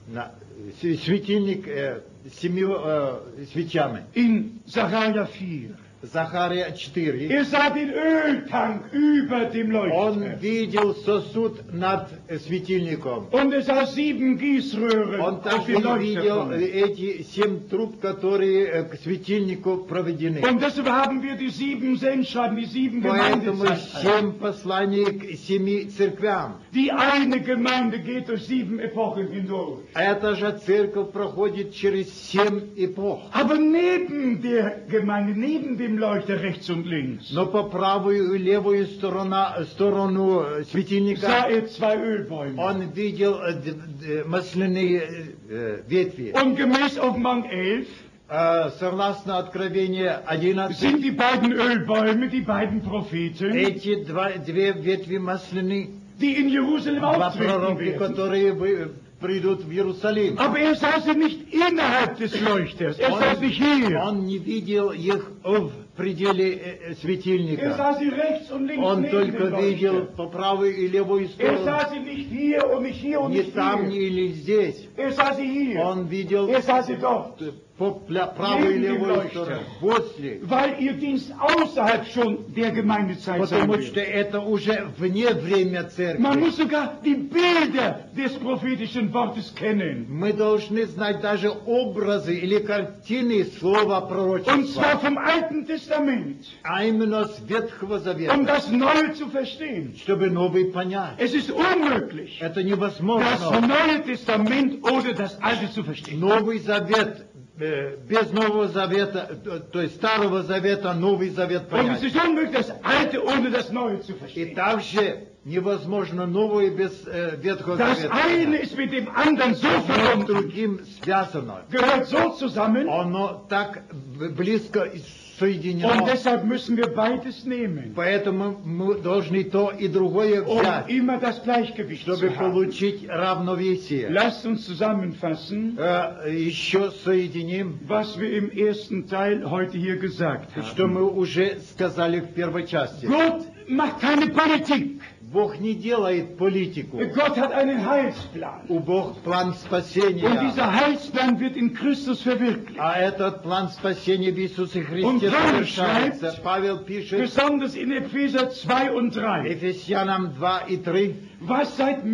[SPEAKER 2] на- с- светильник э, с семью э, свечами.
[SPEAKER 1] in Sacharja 4.
[SPEAKER 2] Захария 4.
[SPEAKER 1] Er sah den Öltank über dem
[SPEAKER 2] Он
[SPEAKER 1] Leuchter.
[SPEAKER 2] видел сосуд над э, светильником.
[SPEAKER 1] Und er sah sieben Gießröhren
[SPEAKER 2] Он
[SPEAKER 1] auf
[SPEAKER 2] также
[SPEAKER 1] den Leuchter.
[SPEAKER 2] видел э,
[SPEAKER 1] kommen.
[SPEAKER 2] эти семь труб, которые э, к светильнику проведены.
[SPEAKER 1] Und deshalb haben wir die sieben Sendschreiben, die sieben
[SPEAKER 2] Поэтому
[SPEAKER 1] Gemeindezeichen.
[SPEAKER 2] семь посланий к семи церквям.
[SPEAKER 1] Die eine Gemeinde geht durch sieben Epochen hindurch.
[SPEAKER 2] Эта же церковь проходит через семь эпох.
[SPEAKER 1] Aber neben der Gemeinde, neben dem Leuchter rechts und links,
[SPEAKER 2] Но по правую и левую сторона, сторону э,
[SPEAKER 1] sah
[SPEAKER 2] светильника
[SPEAKER 1] er zwei Ölbäume.
[SPEAKER 2] он видел э, д- д- масляные э, э, ветви.
[SPEAKER 1] Und gemäß Offenbarung 11
[SPEAKER 2] А, Согласно Откровению 11,
[SPEAKER 1] sind die beiden Ölbäume, die beiden Propheten,
[SPEAKER 2] Эти два, две ветви масляны,
[SPEAKER 1] die in Jerusalem
[SPEAKER 2] два
[SPEAKER 1] auftreten
[SPEAKER 2] пророка,
[SPEAKER 1] werden.
[SPEAKER 2] которые вы- придут в Иерусалим.
[SPEAKER 1] Aber er sah sie nicht innerhalb des Leuchters. Er sah sie
[SPEAKER 2] Он,
[SPEAKER 1] hier.
[SPEAKER 2] он не видел их в пределе э, э,
[SPEAKER 1] Er
[SPEAKER 2] светильника.
[SPEAKER 1] sah sie rechts und links
[SPEAKER 2] Он
[SPEAKER 1] neben
[SPEAKER 2] только
[SPEAKER 1] dem
[SPEAKER 2] видел
[SPEAKER 1] Leuchter.
[SPEAKER 2] по правую и левую
[SPEAKER 1] Er
[SPEAKER 2] сторону.
[SPEAKER 1] sah sie nicht hier und nicht hier und
[SPEAKER 2] Ни
[SPEAKER 1] nicht
[SPEAKER 2] там, ни
[SPEAKER 1] hier.
[SPEAKER 2] или здесь.
[SPEAKER 1] Er sah sie hier.
[SPEAKER 2] Он видел
[SPEAKER 1] Er sah sie dort.
[SPEAKER 2] э, по пля- правую и
[SPEAKER 1] Neben dem
[SPEAKER 2] левую
[SPEAKER 1] Leuchter.
[SPEAKER 2] сторону. После.
[SPEAKER 1] Weil ihr Dienst außerhalb schon der Gemeindezeit sein
[SPEAKER 2] Потому что
[SPEAKER 1] wird.
[SPEAKER 2] это уже вне время
[SPEAKER 1] Man
[SPEAKER 2] церкви.
[SPEAKER 1] muss sogar die Bilder des prophetischen Wortes kennen.
[SPEAKER 2] Мы должны знать даже образы или картины слова
[SPEAKER 1] Und
[SPEAKER 2] пророчества.
[SPEAKER 1] zwar vom Alten Testament,
[SPEAKER 2] а именно с Ветхого
[SPEAKER 1] um
[SPEAKER 2] Завета,
[SPEAKER 1] das Neue zu verstehen.
[SPEAKER 2] чтобы новый понять.
[SPEAKER 1] Es ist unmöglich,
[SPEAKER 2] Это
[SPEAKER 1] das
[SPEAKER 2] невозможно.
[SPEAKER 1] Neue Testament ohne das Alte zu verstehen.
[SPEAKER 2] Новый Завет, э, без Нового Завета, э, то есть Старого Завета, Новый Завет
[SPEAKER 1] Und es
[SPEAKER 2] понять.
[SPEAKER 1] ist unmöglich, das Alte ohne das Neue zu
[SPEAKER 2] И
[SPEAKER 1] verstehen.
[SPEAKER 2] также невозможно Новое без э, Ветхого
[SPEAKER 1] Das
[SPEAKER 2] Завета.
[SPEAKER 1] eine
[SPEAKER 2] понять.
[SPEAKER 1] ist mit dem anderen so
[SPEAKER 2] Одно с
[SPEAKER 1] verbunden,
[SPEAKER 2] другим связано.
[SPEAKER 1] gehört so
[SPEAKER 2] Oh,
[SPEAKER 1] zusammen,
[SPEAKER 2] Оно так б- близко и
[SPEAKER 1] und
[SPEAKER 2] соединено.
[SPEAKER 1] deshalb müssen wir beides nehmen,
[SPEAKER 2] Поэтому мы должны то и другое
[SPEAKER 1] um
[SPEAKER 2] взять,
[SPEAKER 1] immer das Gleichgewicht
[SPEAKER 2] чтобы
[SPEAKER 1] zu haben.
[SPEAKER 2] получить равновесие.
[SPEAKER 1] Lasst uns zusammenfassen,
[SPEAKER 2] Э, еще соединим,
[SPEAKER 1] was wir im ersten Teil heute hier gesagt haben.
[SPEAKER 2] что мы уже сказали в первой части.
[SPEAKER 1] Gott macht keine Politik.
[SPEAKER 2] Бог не делает политику.
[SPEAKER 1] Gott hat einen Heilsplan.
[SPEAKER 2] У Бог план
[SPEAKER 1] Und
[SPEAKER 2] спасения.
[SPEAKER 1] dieser Heilsplan wird in Christus verwirklicht.
[SPEAKER 2] А этот план спасения в Иисусе
[SPEAKER 1] Он
[SPEAKER 2] Христе
[SPEAKER 1] правильно
[SPEAKER 2] совершается.
[SPEAKER 1] знает.
[SPEAKER 2] Павел пишет
[SPEAKER 1] Besonders in Epheser 2 und 3.
[SPEAKER 2] Ефесянам 2 и 3,
[SPEAKER 1] was seit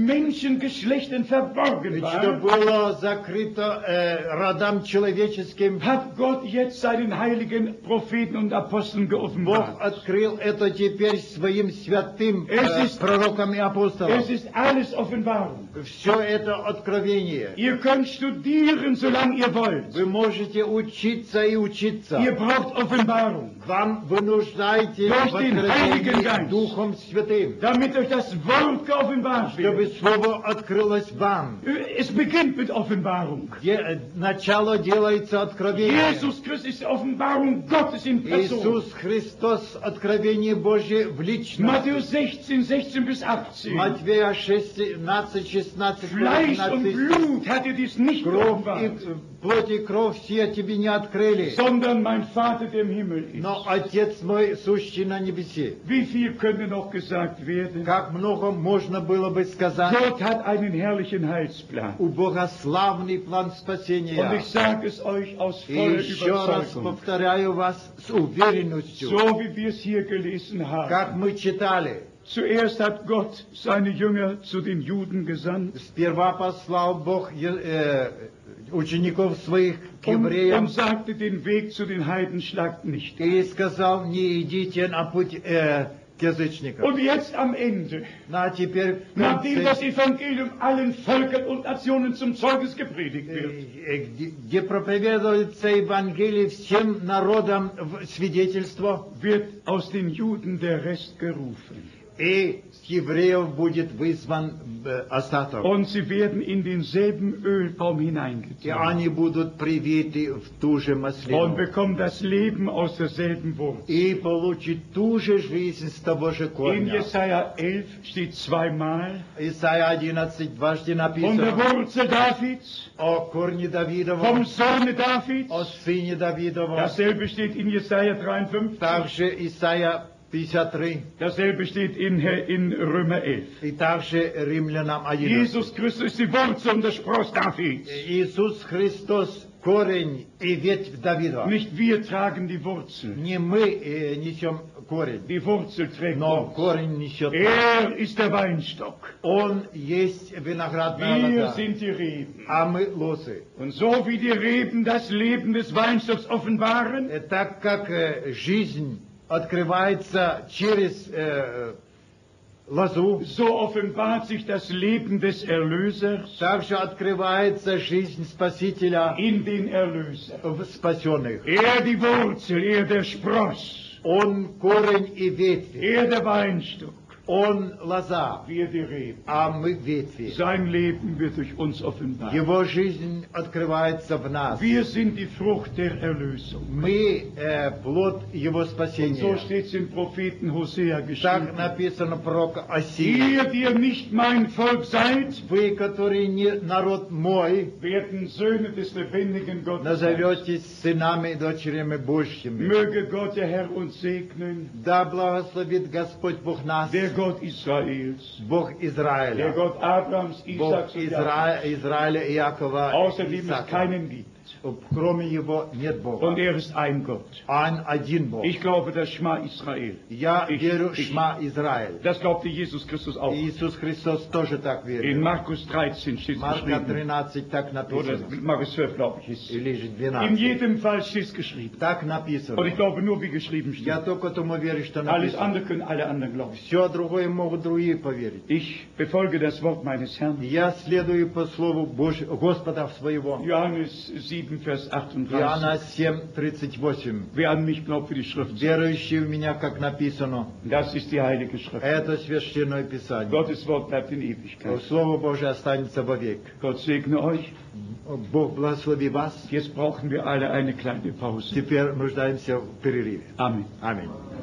[SPEAKER 1] Menschengeschlechten verborgen
[SPEAKER 2] что
[SPEAKER 1] war,
[SPEAKER 2] было закрыто э, родам человеческим.
[SPEAKER 1] hat Gott jetzt seinen heiligen Propheten und Aposteln
[SPEAKER 2] Бог
[SPEAKER 1] geoffenbart.
[SPEAKER 2] открыл это теперь своим святым э,
[SPEAKER 1] Es ist-
[SPEAKER 2] пророкам и апостолам.
[SPEAKER 1] Es ist alles Offenbarung.
[SPEAKER 2] Все это откровение.
[SPEAKER 1] Ihr könnt studieren, solange ihr wollt.
[SPEAKER 2] Вы можете учиться и учиться.
[SPEAKER 1] Ihr braucht Offenbarung,
[SPEAKER 2] Вам вы нуждаете
[SPEAKER 1] Durch
[SPEAKER 2] в
[SPEAKER 1] den Heiligen
[SPEAKER 2] откровении
[SPEAKER 1] Geist.
[SPEAKER 2] Духом Святым,
[SPEAKER 1] damit euch das Wort geoffenbart
[SPEAKER 2] чтобы
[SPEAKER 1] wird.
[SPEAKER 2] Слово открылось вам.
[SPEAKER 1] Es beginnt mit Offenbarung.
[SPEAKER 2] Де- э, начало делается откровение.
[SPEAKER 1] Jesus Christus ist die Offenbarung Gottes in Person.
[SPEAKER 2] Иисус Христос, откровение Божье в личности.
[SPEAKER 1] Matthäus 16, 16 bis 18.
[SPEAKER 2] Матвея 16, 16,
[SPEAKER 1] Fleisch und
[SPEAKER 2] 18.
[SPEAKER 1] Blut hat dir dies nicht
[SPEAKER 2] Кровь и
[SPEAKER 1] geoffenbart,
[SPEAKER 2] э, плоть и кровь все тебе не открыли,
[SPEAKER 1] sondern mein Vater, der im Himmel ist.
[SPEAKER 2] но Отец мой сущий на небесе.
[SPEAKER 1] Wie viel könnte noch gesagt werden?
[SPEAKER 2] Как много можно было бы сказать,
[SPEAKER 1] Gott hat einen herrlichen Heilsplan.
[SPEAKER 2] у Бога славный план
[SPEAKER 1] Und
[SPEAKER 2] спасения.
[SPEAKER 1] ich sage es euch aus
[SPEAKER 2] И
[SPEAKER 1] voller
[SPEAKER 2] еще раз
[SPEAKER 1] Überzeugung,
[SPEAKER 2] повторяю вас с уверенностью,
[SPEAKER 1] so wie wir es hier gelesen haben.
[SPEAKER 2] как мы читали.
[SPEAKER 1] Zuerst hat Gott seine Jünger zu den Juden gesandt,
[SPEAKER 2] Сперва послал Бог э, э, учеников своих к
[SPEAKER 1] um,
[SPEAKER 2] евреям
[SPEAKER 1] und sagte, den Weg zu den Heiden schlagt nicht.
[SPEAKER 2] и сказал, не идите на путь э, к язычникам.
[SPEAKER 1] Und jetzt am Ende,
[SPEAKER 2] Ну, а теперь в конце,
[SPEAKER 1] nachdem das Evangelium allen Völkern und Nationen zum Zeugnis gepredigt
[SPEAKER 2] э,
[SPEAKER 1] wird,
[SPEAKER 2] э, где, где проповедуется Евангелие всем народам в свидетельство,
[SPEAKER 1] wird aus den Juden der Rest gerufen.
[SPEAKER 2] и с евреев будет вызван э, остаток.
[SPEAKER 1] Und sie werden in denselben Ölbaum
[SPEAKER 2] И
[SPEAKER 1] hineingezogen
[SPEAKER 2] они будут привиты в ту же
[SPEAKER 1] und
[SPEAKER 2] маслину.
[SPEAKER 1] bekommen das Leben aus derselben Wurzel.
[SPEAKER 2] И получит ту же жизнь с того же
[SPEAKER 1] In
[SPEAKER 2] корня.
[SPEAKER 1] Jesaja 11 steht zweimal,
[SPEAKER 2] Исайя 11, дважды
[SPEAKER 1] von der
[SPEAKER 2] написано
[SPEAKER 1] Wurzel Davids,
[SPEAKER 2] о корне
[SPEAKER 1] vom
[SPEAKER 2] Давидовом,
[SPEAKER 1] Sohne Davids.
[SPEAKER 2] о сыне Давидовом.
[SPEAKER 1] Dasselbe steht in Jesaja 53,
[SPEAKER 2] Также Исайя 53
[SPEAKER 1] dasselbe steht in, in Römer 11.
[SPEAKER 2] и также Римлянам 11.
[SPEAKER 1] Jesus Christus ist die Wurzel und der Spross Davids.
[SPEAKER 2] Иисус Христос – корень и ветвь Давидова.
[SPEAKER 1] Nicht wir tragen die Wurzel.
[SPEAKER 2] Не мы э, несем корень,
[SPEAKER 1] Die Wurzel trägt
[SPEAKER 2] но
[SPEAKER 1] uns.
[SPEAKER 2] корень несет.
[SPEAKER 1] Er ist der Weinstock.
[SPEAKER 2] Он есть виноградная
[SPEAKER 1] Wir
[SPEAKER 2] лоза,
[SPEAKER 1] sind die Reben.
[SPEAKER 2] а мы лосы.
[SPEAKER 1] Und so wie die Reben das Leben des Weinstocks offenbaren,
[SPEAKER 2] Э, Так как э, жизнь открывается через э, лозу,
[SPEAKER 1] so offenbart sich das Leben des Erlösers
[SPEAKER 2] также открывается жизнь Спасителя
[SPEAKER 1] in den Erlöser.
[SPEAKER 2] в спасенных.
[SPEAKER 1] Er die Wurzel, er der Spross,
[SPEAKER 2] Он корень и ветви,
[SPEAKER 1] er der Weinstock,
[SPEAKER 2] он лоза,
[SPEAKER 1] wir die Reben.
[SPEAKER 2] а мы ветви.
[SPEAKER 1] Sein Leben wird durch uns offenbart.
[SPEAKER 2] Его жизнь открывается в нас.
[SPEAKER 1] Wir sind die Frucht der Erlösung.
[SPEAKER 2] Мы э, плод Его
[SPEAKER 1] Und so
[SPEAKER 2] спасения.
[SPEAKER 1] steht es im Propheten Hosea
[SPEAKER 2] Так
[SPEAKER 1] geschrieben.
[SPEAKER 2] написано пророк Осии.
[SPEAKER 1] Ihr, die ihr nicht mein Volk seid,
[SPEAKER 2] Вы, которые не народ мой,
[SPEAKER 1] werden Söhne des lebendigen Gottes. sein.
[SPEAKER 2] назоветесь сынами и дочерями Божьими.
[SPEAKER 1] Möge Gott, der Herr, uns segnen,
[SPEAKER 2] Да благословит Господь Бог нас,
[SPEAKER 1] der Gott Israels,
[SPEAKER 2] Бог
[SPEAKER 1] der
[SPEAKER 2] Израиля.
[SPEAKER 1] Gott Abrahams, Isaaks
[SPEAKER 2] Бог
[SPEAKER 1] und Jakobs,
[SPEAKER 2] Изра- Израиля, Иакова,
[SPEAKER 1] außer dem es
[SPEAKER 2] Исаака.
[SPEAKER 1] keinen gibt.
[SPEAKER 2] Кроме его нет
[SPEAKER 1] Und
[SPEAKER 2] Бога.
[SPEAKER 1] er ist ein Gott.
[SPEAKER 2] Он один Бог.
[SPEAKER 1] Ich glaube, das Schma Israel.
[SPEAKER 2] Я
[SPEAKER 1] ich-
[SPEAKER 2] верю в
[SPEAKER 1] ich-
[SPEAKER 2] Шма Израиль.
[SPEAKER 1] Das glaubte Jesus Christus auch.
[SPEAKER 2] Иисус Христос тоже так
[SPEAKER 1] In
[SPEAKER 2] верил.
[SPEAKER 1] Markus 13 steht es
[SPEAKER 2] Марка
[SPEAKER 1] geschrieben.
[SPEAKER 2] 13
[SPEAKER 1] Oder
[SPEAKER 2] так написано.
[SPEAKER 1] Markus 12, glaube ich, ist
[SPEAKER 2] Или же
[SPEAKER 1] In
[SPEAKER 2] 12.
[SPEAKER 1] jedem Fall steht es geschrieben.
[SPEAKER 2] Так
[SPEAKER 1] Und ich
[SPEAKER 2] написано.
[SPEAKER 1] glaube nur, wie geschrieben
[SPEAKER 2] Я
[SPEAKER 1] steht.
[SPEAKER 2] только тому верю, что
[SPEAKER 1] Alles
[SPEAKER 2] написано.
[SPEAKER 1] andere können alle anderen glauben.
[SPEAKER 2] Все другое могут другие поверить.
[SPEAKER 1] Ich befolge das Wort meines Herrn.
[SPEAKER 2] Я следую по слову Божь- Господа своего.
[SPEAKER 1] Johannes 7, Vers 38.
[SPEAKER 2] Иоанна 7:38.
[SPEAKER 1] Wer an mich glaubt für die Schrift,
[SPEAKER 2] Верующий в меня, как написано,
[SPEAKER 1] das ist die Heilige Schrift.
[SPEAKER 2] это священное Писание. Э,
[SPEAKER 1] Gottes Wort bleibt in Ewigkeit.
[SPEAKER 2] Слово Божие останется вовек.
[SPEAKER 1] Gott segne euch.
[SPEAKER 2] Бог благослови вас.
[SPEAKER 1] Jetzt brauchen wir alle eine kleine Pause.
[SPEAKER 2] Теперь нуждаемся в перерыве.
[SPEAKER 1] Amen.
[SPEAKER 2] Аминь.